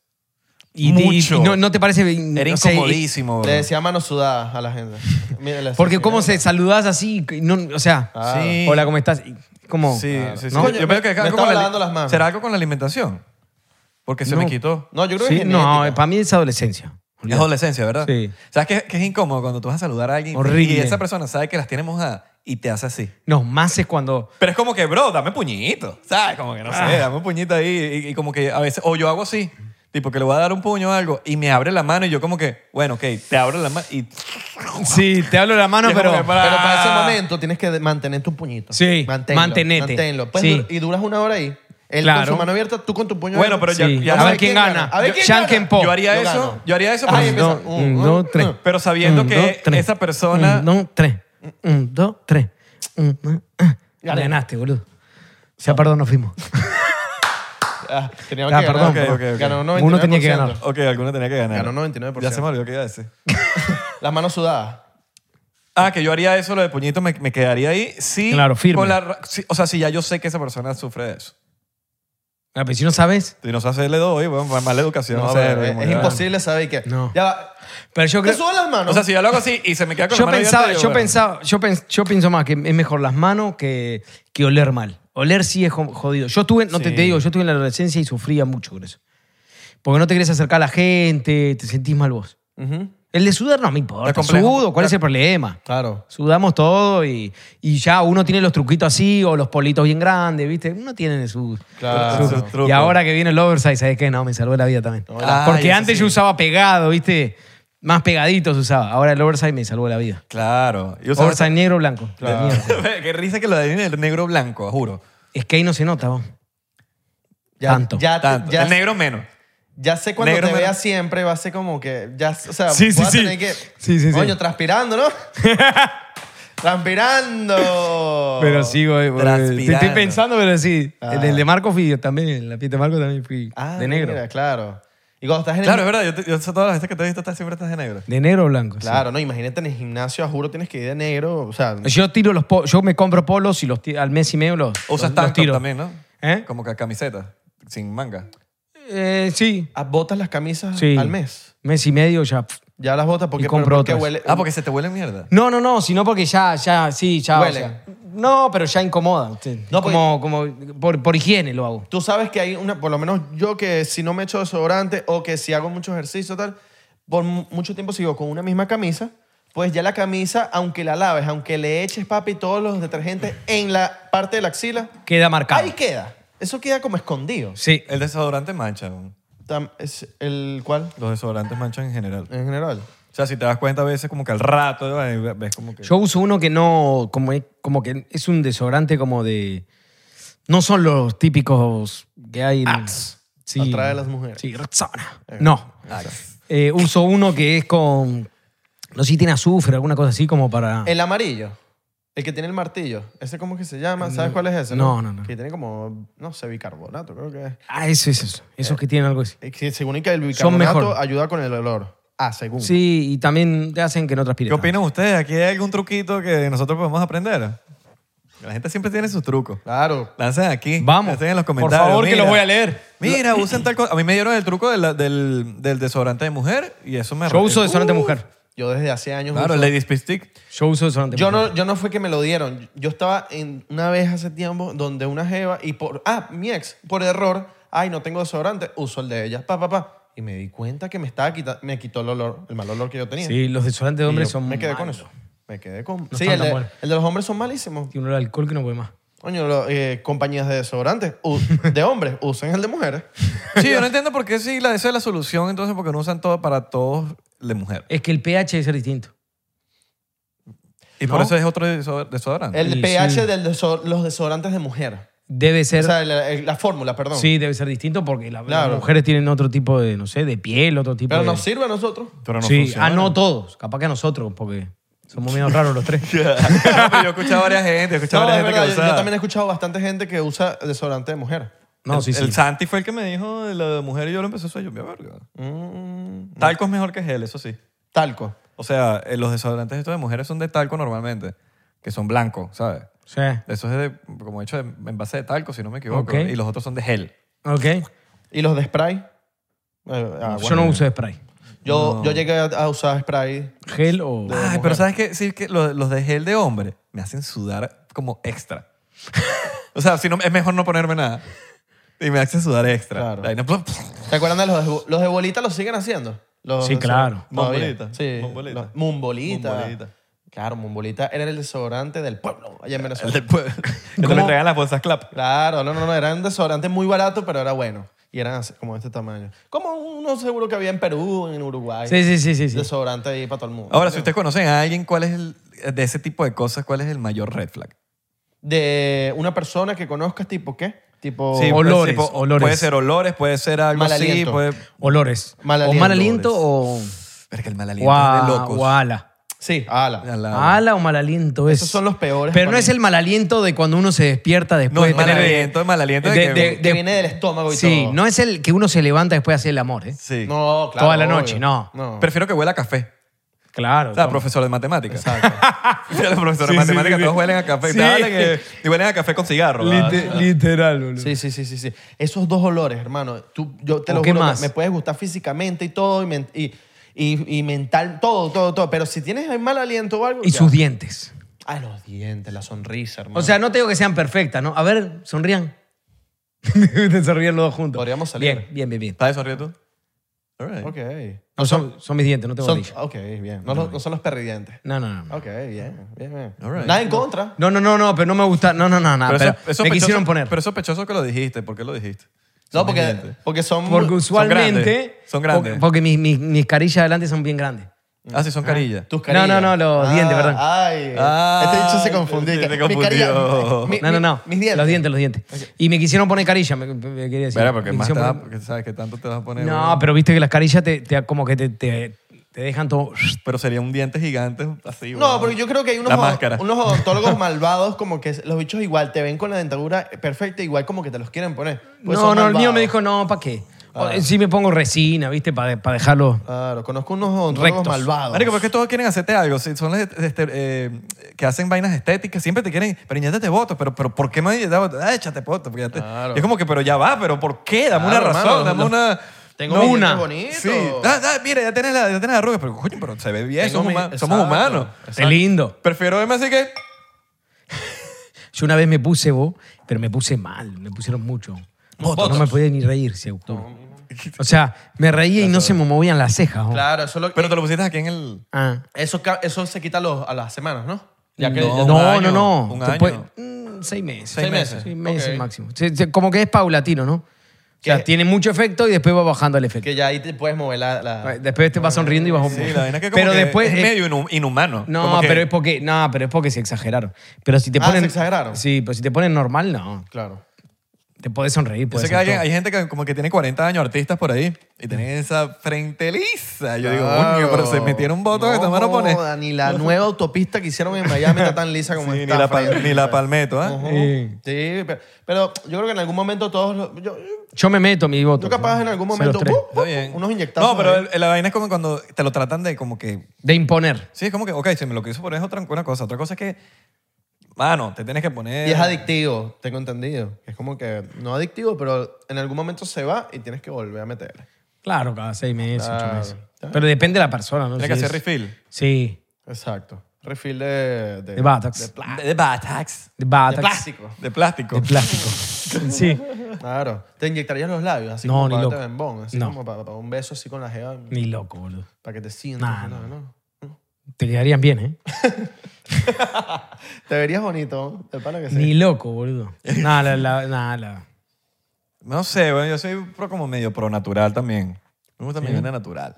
A: y, y-
B: mucho.
A: y no, no te parece... bien,
B: Era
A: no sé,
B: incomodísimo.
C: Le
B: bro.
C: decía manos sudadas a la gente. Mira, le
A: y-
C: hacía
A: Porque
C: así,
A: cómo
C: mira.
A: se saludás así, que no- o sea...
C: Ah.
B: Sí.
A: Hola, ¿cómo estás? Y Como...
B: Sí, sí, sí.
A: ¿no?
C: Coño,
B: Yo
C: me-
B: creo que
C: me
B: algo
C: estaba
B: con la-
C: lavando las manos.
B: ¿Será algo con la alimentación? Porque se me
A: No.
B: quitó.
C: No, yo creo que
A: Sí,
C: es
A: no,
C: genética.
A: para mí es adolescencia.
B: Es adolescencia, ¿verdad?
A: Sí.
B: ¿Sabes qué, qué es incómodo cuando tú vas a saludar a alguien
A: Horrible.
B: y esa persona sabe que las tiene mojadas y te hace así?
A: No, más es cuando...
B: Pero es como que, bro, dame puñito. ¿Sabes? Como que no
A: Ah.
B: sé, dame un puñito ahí. Y, y como que a veces, o yo hago así, tipo que le voy a dar un puño o algo, y me abre la mano y yo como que, bueno, ok, te abro la mano y.
A: Sí, te hablo la [laughs] mano,
B: Y es
A: pero...
B: como que para-
C: Pero para ese momento tienes que de- mantener tu puñito.
A: Ah. Sí,
C: Manténlo,
A: mantenete.
C: manténlo. Pues,
A: Sí.
C: Y duras una hora ahí. Él
A: Claro.
C: con su mano abierta, tú con tu puño
B: Bueno,
C: abierto.
B: pero ya-
A: Sí.
B: ya-
A: a, ver quién gana.
C: A ver quién
A: Shan
C: gana.
A: Kenpo.
B: Yo haría
C: yo
B: eso,
C: gano.
B: yo haría [laughs] eso,
C: Ah,
B: pero,
C: ahí empieza.
A: dos, un, dos, tres.
B: pero sabiendo
A: Un,
B: que
A: dos, tres.
B: esa persona.
A: Un, dos, tres. Un, dos, tres. Un, dos, ah.
C: Gané.
A: Ganaste, boludo. O sea, perdón, nos fuimos.
C: Ah, tenía
A: Ah,
C: que
A: perdón,
C: ganar.
B: perdón. Ok, ok, ok.
C: Ganó
A: Uno
C: 99%.
A: tenía que ganar.
B: Ok, alguno tenía que ganar.
C: Ganó 99%.
B: Ya se me olvidó que iba a decir.
C: Las manos sudadas.
B: Ah, que yo haría eso, lo de puñito, me, me quedaría ahí. Sí,
A: Claro, firme.
B: con la ra- sí, o sea, si ya yo sé que esa persona sufre de eso.
A: Ah, pero si no sabes.
B: Si no se hace, le doy, bueno, mala educación.
C: No,
B: no sé,
C: pero
B: como
C: es, es
B: que-
C: imposible saber que.
A: No.
C: Ya va.
A: Pero yo
C: Te
A: creo.
C: sudan las manos.
B: O sea, si yo lo hago así y se me queda con
A: Yo
B: la mano
A: pensaba,
B: abierta,
A: yo
B: bueno.
A: pensaba, yo, pens- yo pienso más que es mejor las manos que, que oler mal. Oler sí es jo- jodido. Yo estuve, no te, te digo, yo estuve en la adolescencia y sufría mucho con eso. Porque no te querés acercar a la gente, te sentís mal vos. El de sudar no me importa.
B: Está complejo.
A: Sudo, ¿cuál es el problema?
C: Claro.
A: Sudamos todo y, y ya uno tiene los truquitos así o los politos bien grandes, ¿viste? Uno tiene sus...
C: Claro.
A: sus-
B: Sus trucos.
A: Y ahora que viene el oversize, ¿sabes qué? No, me salvó la vida también.
B: la-
A: Porque
B: Ay, eso
A: antes
B: sí.
A: yo usaba pegado, ¿viste? Más pegaditos usaba. Ahora el oversize me salvó la vida.
B: Claro. Yo usaba-
A: Oversize negro o blanco.
C: Claro.
A: Mierda.
B: [laughs] Qué risa que lo adivine el negro blanco, juro.
A: Es que ahí no se nota, vos.
C: Ya,
A: Tanto.
C: Ya,
B: Tanto.
C: Ya,
B: el negro menos.
C: ya sé cuando
B: Negro
C: te
B: me-
C: vea siempre, va a ser como que. Ya, o sea,
A: Sí, sí,
C: voy a
A: sí.
C: tener que.
A: Sí, sí, sí.
C: Coño,
A: [laughs]
C: transpirando, ¿no? transpirando.
A: Pero sí, güey. porque-
B: Oh, Transpirando. Ah.
A: Te estoy pensando, pero sí. El, el de Marco fui yo también. En la fiesta de Marco también fui
C: Ah,
A: de negro.
C: mira, claro. Y cuando estás en el-
B: Claro, es verdad. Yo, te- yo todas las veces que te he visto estás, siempre estás de negro.
A: De negro o blanco. sí.
C: Claro, no, imagínate en el gimnasio, juro, tienes que ir de negro. O sea,
A: Yo tiro los po- yo me compro polos y los ti- al mes y medio los,
B: Usas
A: los- los
B: tanto
A: tiro.
B: también, ¿no?
A: ¿Eh?
B: Como que camiseta, sin manga.
A: Eh, sí,
C: ah, botas las camisas
A: sí.
C: al mes.
A: Mes y medio ya. pf.
C: Ya las botas porque,
A: Y compro
C: pero porque
A: otras.
C: huele.
B: Ah, porque se te huele mierda.
A: No, no, no, sino porque ya, ya, sí, ya. o
C: Huelen.
A: sea, no, pero ya incomoda. sí.
C: No, porque-
A: como, como por, por higiene lo hago.
C: Tú sabes que hay una, por lo menos yo que si no me echo desodorante o que si hago mucho ejercicio tal, por mu- mucho tiempo sigo con una misma camisa, pues ya la camisa, aunque la laves, aunque le eches papi todos los detergentes en la parte de la axila,
A: Queda marcado.
C: ahí queda. Eso queda como escondido.
A: Sí.
B: El desodorante mancha. weón.
C: Tam- es ¿El cual
B: Los desodorantes manchan en general.
C: En general.
B: O sea, si te das cuenta a veces como que al rato ay, ves como que...
A: Yo uso uno que no, como, es- como que es un desodorante como de... No son los típicos que hay... en- Sí.
C: Atrae a las mujeres.
A: Sí, Rexona. No. Eh, uso uno que es con... No sé si tiene azufre, alguna cosa así como para...
C: El amarillo. El que tiene el martillo. ¿Ese cómo es que se llama? ¿Sabes cuál es ese?
A: no, no, no.
C: Que tiene como, no sé, bicarbonato, creo que es.
A: Ah, eso es eso. Esos que tienen algo así.
C: Eh, que Según y que el
A: Son
C: bicarbonato
A: mejor.
C: ayuda con el olor. Ah, según.
A: Sí, y también te hacen que no
B: ¿Qué
A: transpires. tanto.
B: opinan ustedes? ¿Aquí hay algún truquito que nosotros podemos aprender? La gente siempre tiene sus trucos.
C: Claro.
B: Lancen aquí.
A: Vamos.
B: Lancen en los
A: Por
B: comentarios.
A: favor, que
B: mira.
A: los voy a leer.
B: Mira, usen tal cosa. A mí me dieron el truco de la- del, del desodorante de mujer y eso me...
A: Yo uso
B: de
A: desodorante mujer.
C: Yo desde hace años.
B: Claro,
C: uso-
B: Lady Stick.
A: Yo uso desodorante
C: Yo
A: mujer.
C: no, yo no fue que me lo dieron. Yo estaba en una vez hace tiempo donde una jeva y por... Ah, mi ex, por error. Ay, no tengo desodorante. Uso el de ella. Pa, pa, pa. Y me di cuenta que me estaba quita- me quitó el olor, el mal olor que yo tenía.
A: Sí, los desodorantes de
C: Y
A: hombres
C: yo
A: son
C: Me quedé con
A: malos.
C: eso. Me quedé con...
A: No
C: sí,
A: están
C: el
A: tan
C: de,
A: buenos.
C: el de los hombres son malísimos.
A: Tiene un olor a alcohol que no puede más.
C: Coño, lo- eh, compañías de desodorantes u- de hombres usen el de mujeres.
A: [laughs]
B: Sí, yo no entiendo por qué si la, esa es la solución, entonces porque no usan todo para todos de mujer.
A: Es que el pH debe ser distinto.
B: Y por
A: ¿No?
B: eso es otro deso- desodorante.
C: El
A: Sí,
C: pH
A: sí.
C: de los desodorantes de mujer.
A: Debe ser.
C: O sea, la, la fórmula, perdón.
A: sí, debe ser distinto porque la-
C: Claro.
A: las mujeres tienen otro tipo de, no sé, de piel, otro tipo
C: Pero
A: de.
C: nos sirve a nosotros.
B: Pero no
A: sí,
B: funciona.
A: ah, no todos. Capaz que a nosotros, porque somos medio raros
C: [laughs]
A: los tres.
B: No, pero [laughs] yo he escuchado a varias gente, he escuchado a
C: No,
B: varias
C: es
B: gente
C: verdad,
B: que
C: yo,
B: usaba.
C: yo también he escuchado bastante gente que usa desodorante de mujer.
A: No,
B: el,
A: sí, sí.
B: el Santi fue el que me dijo de lo de mujer y yo lo empecé a usar. Yo, mi verga. Talco es mejor que gel, eso sí.
C: Mm, Talco.
B: O sea, eh, los desodorantes estos de mujeres son de talco normalmente, que son blancos, ¿sabes?
A: Sí.
B: Eso es de, como hecho de, en base de talco, si no me equivoco.
A: Ok.
B: Y los otros son de gel.
A: Ok.
C: ¿Y los de spray? Eh, ah,
A: Yo
C: bueno.
A: no uso spray.
C: yo, yo llegué a, a usar spray.
A: Gel o.
C: De-
B: Ay,
C: mujer.
B: pero ¿sabes qué? Sí, que los, los de gel de hombre me hacen sudar como extra. [laughs] o sea, si no, es mejor no ponerme nada. Y me hacen sudar extra.
C: Claro.
B: Ahí [laughs] no-
C: ¿Se acuerdan de los de, los de bolita? ¿Los siguen haciendo? Los
A: Sí,
C: desodorantes.
A: claro.
C: Todavía.
B: Mumbolita.
C: Sí.
B: Mumbolita.
C: Los- Mumbolita.
B: Mumbolita.
C: Claro, Mumbolita era el desodorante del pueblo allá en Venezuela.
B: El del pueblo. Que te
A: ¿Cómo?
B: lo entregan las bolsas clap.
C: Claro, no, no, no, eran desodorantes muy baratos, pero era bueno. Y eran así, como de este tamaño. Como uno seguro que había en Perú, en Uruguay.
A: Sí, sí, sí, sí. sí.
C: Desodorante ahí para todo el mundo.
B: Ahora, si ustedes conocen a alguien, ¿cuál es el, de ese tipo de cosas, cuál es el mayor red flag?
C: De una persona que conozcas, tipo qué? Tipo
A: Sí. olores, olores.
B: Puede ser olores, puede ser algo
C: Mal
B: así.
C: aliento.
B: Puede...
A: Olores.
C: Mal
A: o mal
C: aliento,
A: aliento o.
B: Pero que el mal
A: O,
B: aliento es de
A: a-
B: locos.
A: o ala.
C: Sí, ala.
B: Ala.
A: Ala o mal aliento es.
C: Esos son los peores
A: Pero
C: para
A: no es
C: mí.
A: el mal aliento de cuando uno se despierta después
B: No,
A: de
B: es mal
A: tener-
B: aliento, es mal aliento. de
A: de-
B: que-
A: de-
C: Que viene del estómago y
A: Sí,
C: todo.
A: no es el que uno se levanta después de hacer el amor, ¿eh?
B: Sí.
C: No, claro.
A: Toda la
C: obvio.
A: noche, no.
C: No.
B: Prefiero que huela a café.
A: Claro.
B: O sea,
A: toma.
B: profesor de matemáticas. [laughs]
C: Exacto.
B: los profesores de
A: Sí, sí,
B: matemáticas
A: sí,
B: todos
A: sí.
B: huelen a café.
A: Sí.
B: Te hablan que- y huelen a café con cigarro. Ah, ¿verdad?
A: Lite- [laughs] literal, boludo.
C: Sí, sí, sí, sí, sí. Esos dos olores, hermano, tú, yo te
A: ¿O
C: lo
A: qué
C: juro, me-
A: más?
C: me puedes gustar físicamente y todo, y, men- y, y, y mental, todo, todo, todo. Pero si tienes el mal aliento o algo...
A: Y
C: ya.
A: sus dientes.
C: Ay, los dientes, la sonrisa, hermano.
A: O sea, no te digo que sean perfectas, ¿no? A ver, sonrían. [laughs] Te sonríen los dos juntos.
C: Podríamos salir.
A: Bien, bien, bien, bien.
B: ¿Estás sonriendo tú? All right.
C: Ok.
A: No, son, son mis dientes, no tengo
C: Son,
A: brillo.
C: ok, bien. No, lo- no son los perridientes.
A: No, no, no.
C: Ok, bien, bien, bien.
B: All right.
C: Nada en contra.
A: No, no, no, no, pero no me gusta. No, no, no, no.
B: Pero
A: Ah, Pero,
B: eso- es
A: me
B: sospechoso-
A: quisieron poner.
B: Pero es sospechoso que lo dijiste. ¿Por qué lo dijiste?
C: No, porque,
B: dientes.
C: porque son...
A: porque usualmente.
B: grandes, son grandes.
A: Porque, porque mis, mis, mis carillas de adelante son bien grandes.
B: Ah, sí, son carillas.
C: Tus carillas.
A: No, no, no, los dientes, perdón.
C: Ay,
B: Ah,
C: este dicho se confundió.
B: sí, se
C: Mi
B: confundió.
C: carilla- mi-
A: No, no,
C: mi-
A: no.
C: Mis dientes.
A: Los dientes, los dientes. Y me quisieron poner carilla, me, me quería decir.
B: Espera, porque
A: Me
B: más te
A: quisieron
B: vas a-
A: poner-
B: porque sabes que tanto te vas a poner.
A: No,
B: weón.
A: pero viste que las carillas te, te- como que te, te, te dejan todo.
B: Pero sería un diente gigante así.
C: No,
B: weón.
C: porque yo creo que hay unos,
B: La
C: od-
B: máscara.
A: [laughs]
C: unos odontólogos malvados como que los bichos igual te ven con la dentadura perfecta, igual como que te los quieren poner. Pues
A: no,
C: son
A: no, el mío
C: malvados. Ah.
A: me dijo, no, ¿para qué? O- Sí me pongo resina, ¿viste? Para dejarlo.
C: Claro, conozco unos odontólogos
A: Rectos.
C: malvados.
B: Marico, porque todos quieren hacerte algo. Si son los este, eh, que hacen vainas estéticas, siempre te quieren, pero inyéctate votos, pero, pero ¿por qué me inyéctate votos? Ah, échate votos. porque ya te-
C: Claro.
B: Y es como que, pero ya va, pero ¿por qué? Dame
C: Claro,
B: una razón,
C: hermano,
B: dame
C: los-
B: una...
C: Tengo
A: No,
C: mis
A: una.
C: dientes bonitos.
B: Sí, ah, ah, mira, ya tienes, la, ya tienes las arrugas, pero coño, pero se ve bien,
C: Tengo
B: somos,
C: mi-
B: huma- somos
C: exacto.
B: humanos.
A: Qué lindo.
B: Prefiero verme así que...
A: Yo una vez me puse vos, pero me puse mal, me pusieron mucho.
C: Botox.
A: No me podía ni reír, si O sea, me reía y no se me movían las cejas. ¿o?
C: Claro, eso, lo-
B: Pero te lo pusiste aquí en el...
A: Ah.
C: eso, ca- eso se quita a los- a las semanas, ¿no?
B: No,
A: no,
B: un
A: no,
B: año,
A: no.
B: un
A: Te
B: año.
A: puede- mm, seis meses.
B: Seis meses.
A: Seis meses
C: Ok.
A: máximo. Se- se- como que es paulatino, ¿no? O
C: ¿Qué?
A: sea, tiene mucho efecto y después va bajando el efecto.
C: Que ya ahí te puedes mover la... la-
A: Después te va sonriendo y vas
B: Sí, la vaina es que como
A: Pero
B: que
A: después
B: es
A: eh,
B: medio inu- inhumano.
A: No,
B: Como que-
A: pero es porque no, pero es porque se exageraron. Pero si te
C: Ah,
A: ponen
C: se exageraron.
A: Sí, pero si te ponen normal no.
C: Claro.
A: Te podés sonreír,
B: Yo
A: puedes
B: sé que
A: hacer
B: alguien-
A: todo.
B: hay gente que como que tiene 40 años, artistas por ahí, y tienen esa frente lisa. Yo digo,
C: Claro.
B: coño, pero se metieron votos que
C: No
B: esta mano pone.
C: joda, Ni la nueva autopista que hicieron en Miami está tan lisa como
B: Sí, ni,
C: está.
B: la pal-
C: Fred.
B: ni la palmeto, ¿ah?
C: Ujú.
A: Sí.
C: Sí, pero, pero yo creo que en algún momento todos... los- yo,
A: Yo me meto mi voto.
C: yo capaz en algún
A: Se los
C: momento...
A: tres.
C: ¡uh!
B: Está bien.
C: Unos inyectados
B: No, pero
C: ahí.
B: el- la vaina es como cuando te lo tratan de como que.
A: De imponer.
B: Sí, es como que, ok, si me lo quiso poner es otra una cosa. Otra cosa es que, mano, te tienes que poner.
C: Y es adictivo, tengo entendido. Es como que, no adictivo, pero en algún momento se va y tienes que volver a meterle.
A: Claro, cada seis meses, ocho
C: Claro.
A: meses. Pero depende de la persona, ¿no?
B: Tienes
A: Si
B: que hacer
A: es-
B: refill.
A: Sí,
C: Exacto. Refill de...
A: de Batax.
C: De,
A: De,
C: pla-
B: De, de Batax.
A: Batax.
C: de plástico.
B: De plástico.
A: De
B: [laughs]
A: plástico. sí.
C: Claro. ¿Te inyectarías los labios? Así
A: No,
C: como
A: ni
C: para
A: loco.
C: darte bembón, así
A: No.
C: como para, para un beso así con la jeva,
A: Ni loco, boludo.
C: para que te sientas.
A: Nah,
C: no,
A: no.
C: no.
A: Te quedarían bien, ¿eh?
C: Te verías bonito, de pana que sí.
A: Ni loco, boludo. Nada, la, la, nada, la-
B: No sé, bueno, yo soy pro- como medio pro natural también. Me gusta mi vaina natural.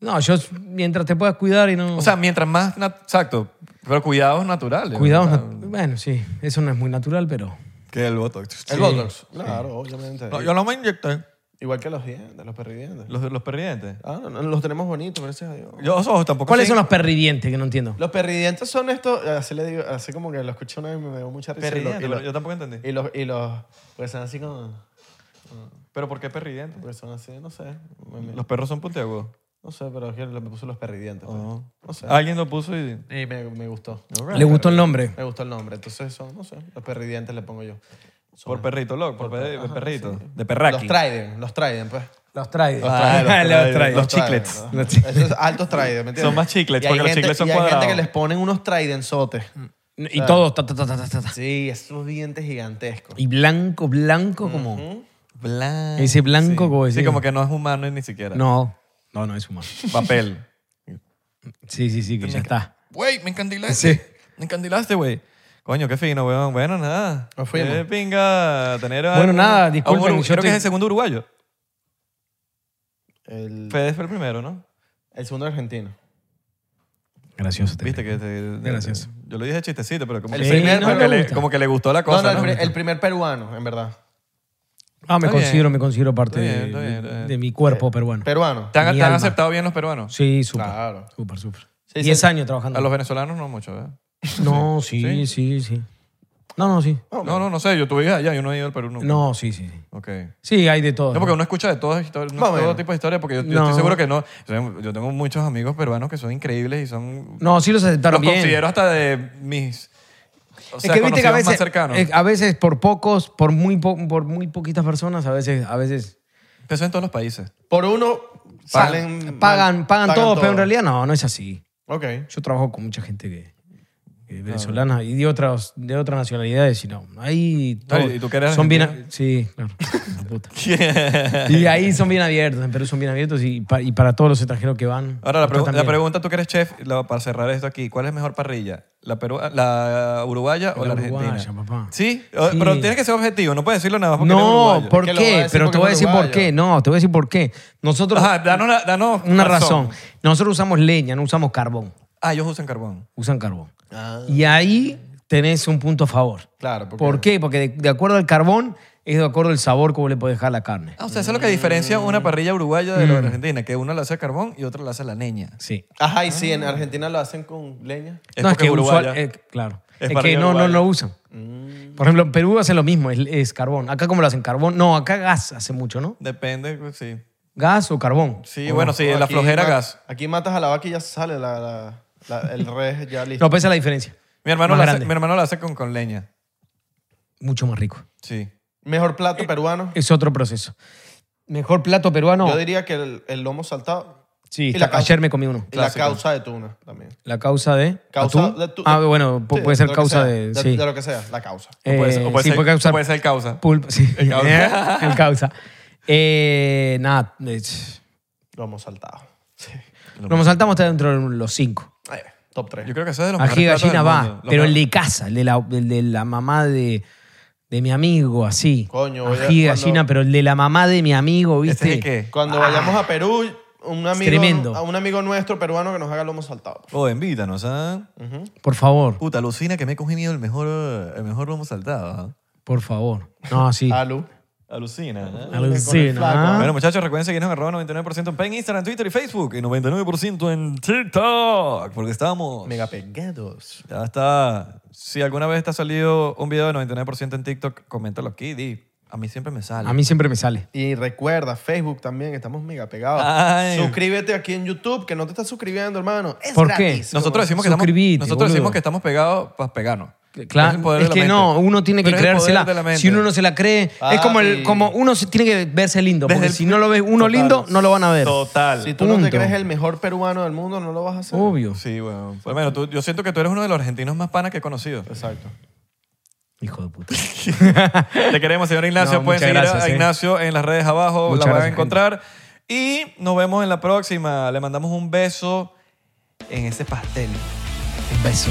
A: No, yo mientras te puedas cuidar y no.
B: O sea, mientras más. nat- Exacto. Pero cuidados naturales.
A: cuidados.
B: ¿verdad?
A: nat- Bueno, sí, eso no es muy natural, pero.
B: Que el botox.
C: El Botox. Claro, obviamente.
B: No, yo no me inyecté.
C: Igual que los dientes, los perridientes.
B: Los, los perrientes.
C: Ah, no, no, los tenemos bonitos, gracias a Dios.
B: Yo los ojos tampoco.
A: ¿Cuáles
B: sí.
A: son los perridientes que no entiendo?
C: Los perridientes son estos, así le digo, así como que lo escuché una vez y me dio mucha risa. y lo-
B: perridientes?
C: y,
B: pero
C: lo-
B: Yo tampoco entendí.
C: y los, y los, pues son así como,
B: ¿Pero por qué perridientes?
C: pues son así, no sé. me- me-
B: Los perros son puntiagudos.
C: No sé, pero es que me puso los perridientes. pues.
B: No.
C: No sé.
B: Alguien lo puso y.
C: Y me, me gustó.
A: ¿Le gustó el nombre?
C: Me gustó el nombre, entonces son, no sé, los perridientes le pongo yo. Son-
B: Por perrito, loco. Por,
C: Por
B: perri-
C: per- ajá,
B: perrito.
C: sí.
B: De perraqui.
C: Los Trident, los Trident, pues.
A: Los trae.
B: Los trae, los trae, Ah, [laughs] los
A: trae.
B: Los
C: Trident,
B: chiclets.
C: ¿no?
A: Los chi-
C: Esos son altos Trident, ¿me entiendes?
B: Son más chiclets,
C: Y hay
B: porque los
C: gente-
B: chiclets son
C: y hay gente
B: cuadrados.
C: que les ponen unos Tridentzotes.
A: Y todos. ta, ta, ta, ta, ta, ta.
C: Sí, esos dientes gigantescos.
A: Y blanco, blanco como.
B: Blanco.
A: Ese blanco, como
B: Sí,
A: decía.
B: como que no es humano ni siquiera.
A: No, no, no es humano.
B: Papel.
A: Sí, sí, sí, que ya está.
B: Güey, me encandilaste.
A: Sí.
B: Me encandilaste, güey. Coño, qué fino, weón. Bueno, nada.
C: Nos fuimos.
B: Qué pinga tener a...
A: Ah, Bueno, nada,
B: a un
A: disculpen, yo
B: urugu- Creo que
A: estoy-
B: es el segundo uruguayo.
C: El,
B: Fede fue el primero, ¿no?
C: el segundo argentino.
A: Gracioso. te
B: Viste que... te-
A: Gracioso.
B: Yo lo dije chistecito, pero como,
C: El
B: que,
C: primero
B: como,
C: no
B: que
A: me
B: le,
A: gusta.
B: como que le gustó la cosa,
C: no,
B: ¿no?
C: no, el, pri- el primer peruano, en verdad.
A: Ah, me
B: Está bien.
A: considero, me considero parte
B: Está bien,
A: de-
B: está bien, está
A: de,
B: bien. Ah.
A: de mi cuerpo peruano.
C: Peruano.
B: ¿Te han,
A: mi
B: te han
A: alma.
B: aceptado bien los peruanos?
A: Sí, súper.
C: Claro.
A: Súper, súper.
C: Sí,
A: Diez
C: sí.
A: años trabajando.
B: A los venezolanos no mucho, ¿verdad?
A: No, sí, sí, sí, No, no, sí.
B: No, no, no sé. Yo tuve hija allá. Yo no he ido al Perú nunca.
A: No, sí, sí. sí.
B: Ok.
A: Sí, hay de todo.
B: No, porque uno escucha de todas historias, no,
C: Más o
B: todo
C: menos.
B: tipo de historias, porque yo, yo
A: No.
B: estoy seguro que no. Yo yo tengo muchos amigos peruanos que son increíbles y son...
A: No, sí los aceptaron
B: los
A: bien.
B: considero hasta de mis... O sea,
A: es que viste que a
B: conocidos
A: veces,
B: más cercanos.
A: eh, a veces por pocos, por muy, po- por muy poquitas personas, a veces, a veces
B: Eso en todos
A: [laughs]
B: los países.
C: Por uno
B: Mm,
C: salen.
A: pagan, pagan,
C: pagan
A: todos,
C: todo.
A: pero en realidad no, no es así.
C: Ok.
A: Yo trabajo con mucha gente que, que es venezolana y de otras, de otras nacionalidades, y no. Ahí
B: Ay,
A: todos
B: ¿y tú que eres
A: son bien,
B: argentino?
A: a- sí, claro. [laughs] la puta. Y ahí son bien abiertos, en Perú son bien abiertos y, pa- y para todos los extranjeros que van.
B: Ahora, la,
A: está
B: pregu- la
A: también.
B: pregunta, tú que eres chef, la- para cerrar esto aquí, ¿cuál es mejor parrilla? ¿La, Perú, la uruguaya o la
A: La
B: argentina?
A: uruguaya, papá.
B: ¿Sí, O-
A: Sí.
B: pero tienes que ser objetivo, no puedes decirlo nada más porque eres
A: No,
B: uruguayo.
A: ¿por
C: Es que lo voy a
A: qué?
C: decir
A: Pero
C: porque
A: te voy a
C: es
A: decir por
C: uruguayo.
A: qué. No, te voy a decir por qué. Nosotros,
B: Ajá, danos, la- danos
A: una razón. Nosotros usamos leña, no usamos carbón.
B: Ah, ellos usan carbón.
A: Usan carbón.
C: Ah,
A: Y ahí tenés un punto a favor.
C: claro. porque-
A: ¿Por qué? Porque de, de acuerdo al carbón es de acuerdo al sabor como le puedes dejar la carne.
B: Ah, o sea, eso es lo que diferencia
A: Mm.
B: una parrilla uruguaya de la de argentina, que uno la hace a carbón y otra la hace a la leña.
A: Sí.
C: Ajá, y sí, en
A: Ah.
C: Argentina lo hacen con leña.
B: Es
A: no, es
B: porque
A: que
B: uruguaya-
A: usual- eh, claro.
B: es
A: Es, que
B: parrilla
A: no, no
B: uruguaya.
A: lo usan. Por ejemplo, en Perú hacen lo mismo, es, es carbón. Acá como lo hacen carbón. No, acá gas hace mucho, ¿no?
B: Depende, pues, sí.
A: Gas o carbón.
B: Sí, bueno, sí,
C: No,
B: la
C: aquí
B: flojera
C: ma-
B: gas.
C: Aquí matas a la vaca y ya sale la, la- la- el res ya listo.
A: [laughs] No, pesa la diferencia.
B: Mi hermano,
A: Más
B: la hace,
A: grande.
B: mi hermano la hace con, con leña.
A: Mucho más rico.
B: Sí.
C: Mejor plato peruano.
A: Es otro proceso. Mejor plato peruano.
C: Yo diría que el, el lomo saltado.
A: Sí,
C: Y
A: está-
C: la causa.
A: ayer me comí uno.
C: Y la
B: Clásico.
C: causa de tuna también.
A: La causa de.
C: Causa
A: ¿Atún?
C: de tu-
A: Ah, bueno, pu-
C: Sí,
A: puede ser
C: lo que
A: causa
C: sea,
A: de. Sí.
C: de lo que sea, la causa.
B: O puede ser- o
A: Eh,
B: puede
A: sí,
B: ser-
A: puede causar
B: puede ser causa.
A: pulpo. Sí.
B: El causa.
A: [laughs] El causa. Eh, nada. eh,
C: Lomo saltado. Sí.
A: Nos saltamos hasta dentro de los cinco.
C: Eh, top 3.
B: Yo creo que eso es de los
A: Ají
B: mejores platos
A: gallina
B: del
A: va,
B: mundo. Los
A: pero el
B: mejores-
A: de casa, el de la, el de la mamá de, de mi amigo, así.
C: Coño, voy a-
A: Ají
C: cuando- ¿Este
A: gallina, pero el de la mamá de mi amigo,
B: ¿Ese
A: ¿viste?
B: es el qué?
C: Cuando vayamos a Perú, un amigo,
A: Ah. tremendo.
C: a un amigo nuestro peruano que nos haga lomo saltado.
B: Oh, invítanos, ¿ah?
A: Mm. Por favor,
B: Puta, alucina que me he cogido el mejor, el mejor lomo saltado. ¿ah?
A: Por favor. No, sí.
D: Alu.
B: Alucina. ¿eh?
A: Alucina.
B: Bueno, muchachos, recuerden seguirnos en arroba 99% en Instagram, Twitter y Facebook y 99% en TikTok, porque estamos...
D: Mega pegados.
B: Ya está. Si alguna vez te ha salido un video de 99% en TikTok, coméntalo aquí, di. A mí siempre me sale.
A: A mí siempre me sale.
D: Y recuerda, Facebook también, estamos mega pegados.
B: Ay.
D: Suscríbete aquí en YouTube, que no te estás suscribiendo, hermano. Es
A: ¿Por qué?
D: gratis.
B: Nosotros decimos que estamos,
A: Suscribite,
B: nosotros
A: boludo.
B: decimos que estamos pegados para pegarnos.
A: Claro,
B: Es el poder
A: es
B: de la
A: que
B: mente.
A: no, uno tiene que
B: Pero es el poder de la
A: creérsela.
B: mente.
A: Si uno no se la cree, es como el,
D: Papi.
A: como uno se tiene que verse lindo, porque
B: Desde el-
A: si no lo ves uno
B: Total.
A: lindo, no lo van a ver.
B: Total.
D: Si tú no te
A: Punto.
D: crees el mejor peruano del mundo, no lo vas a hacer.
A: Obvio.
B: Sí, bueno. Por lo menos tú- yo siento que tú eres uno de los argentinos más panas que he conocido.
D: Exacto.
A: Hijo de
B: [laughs]
A: puta.
B: Te queremos, señor Ignacio.
A: No,
B: Pueden
A: muchas
B: seguir
A: gracias,
B: a
A: eh.
B: Ignacio en las redes abajo.
A: Muchas
B: la van a
A: gracias,
B: encontrar. Y nos vemos en la próxima. Le mandamos un beso en ese pastel.
A: Un beso.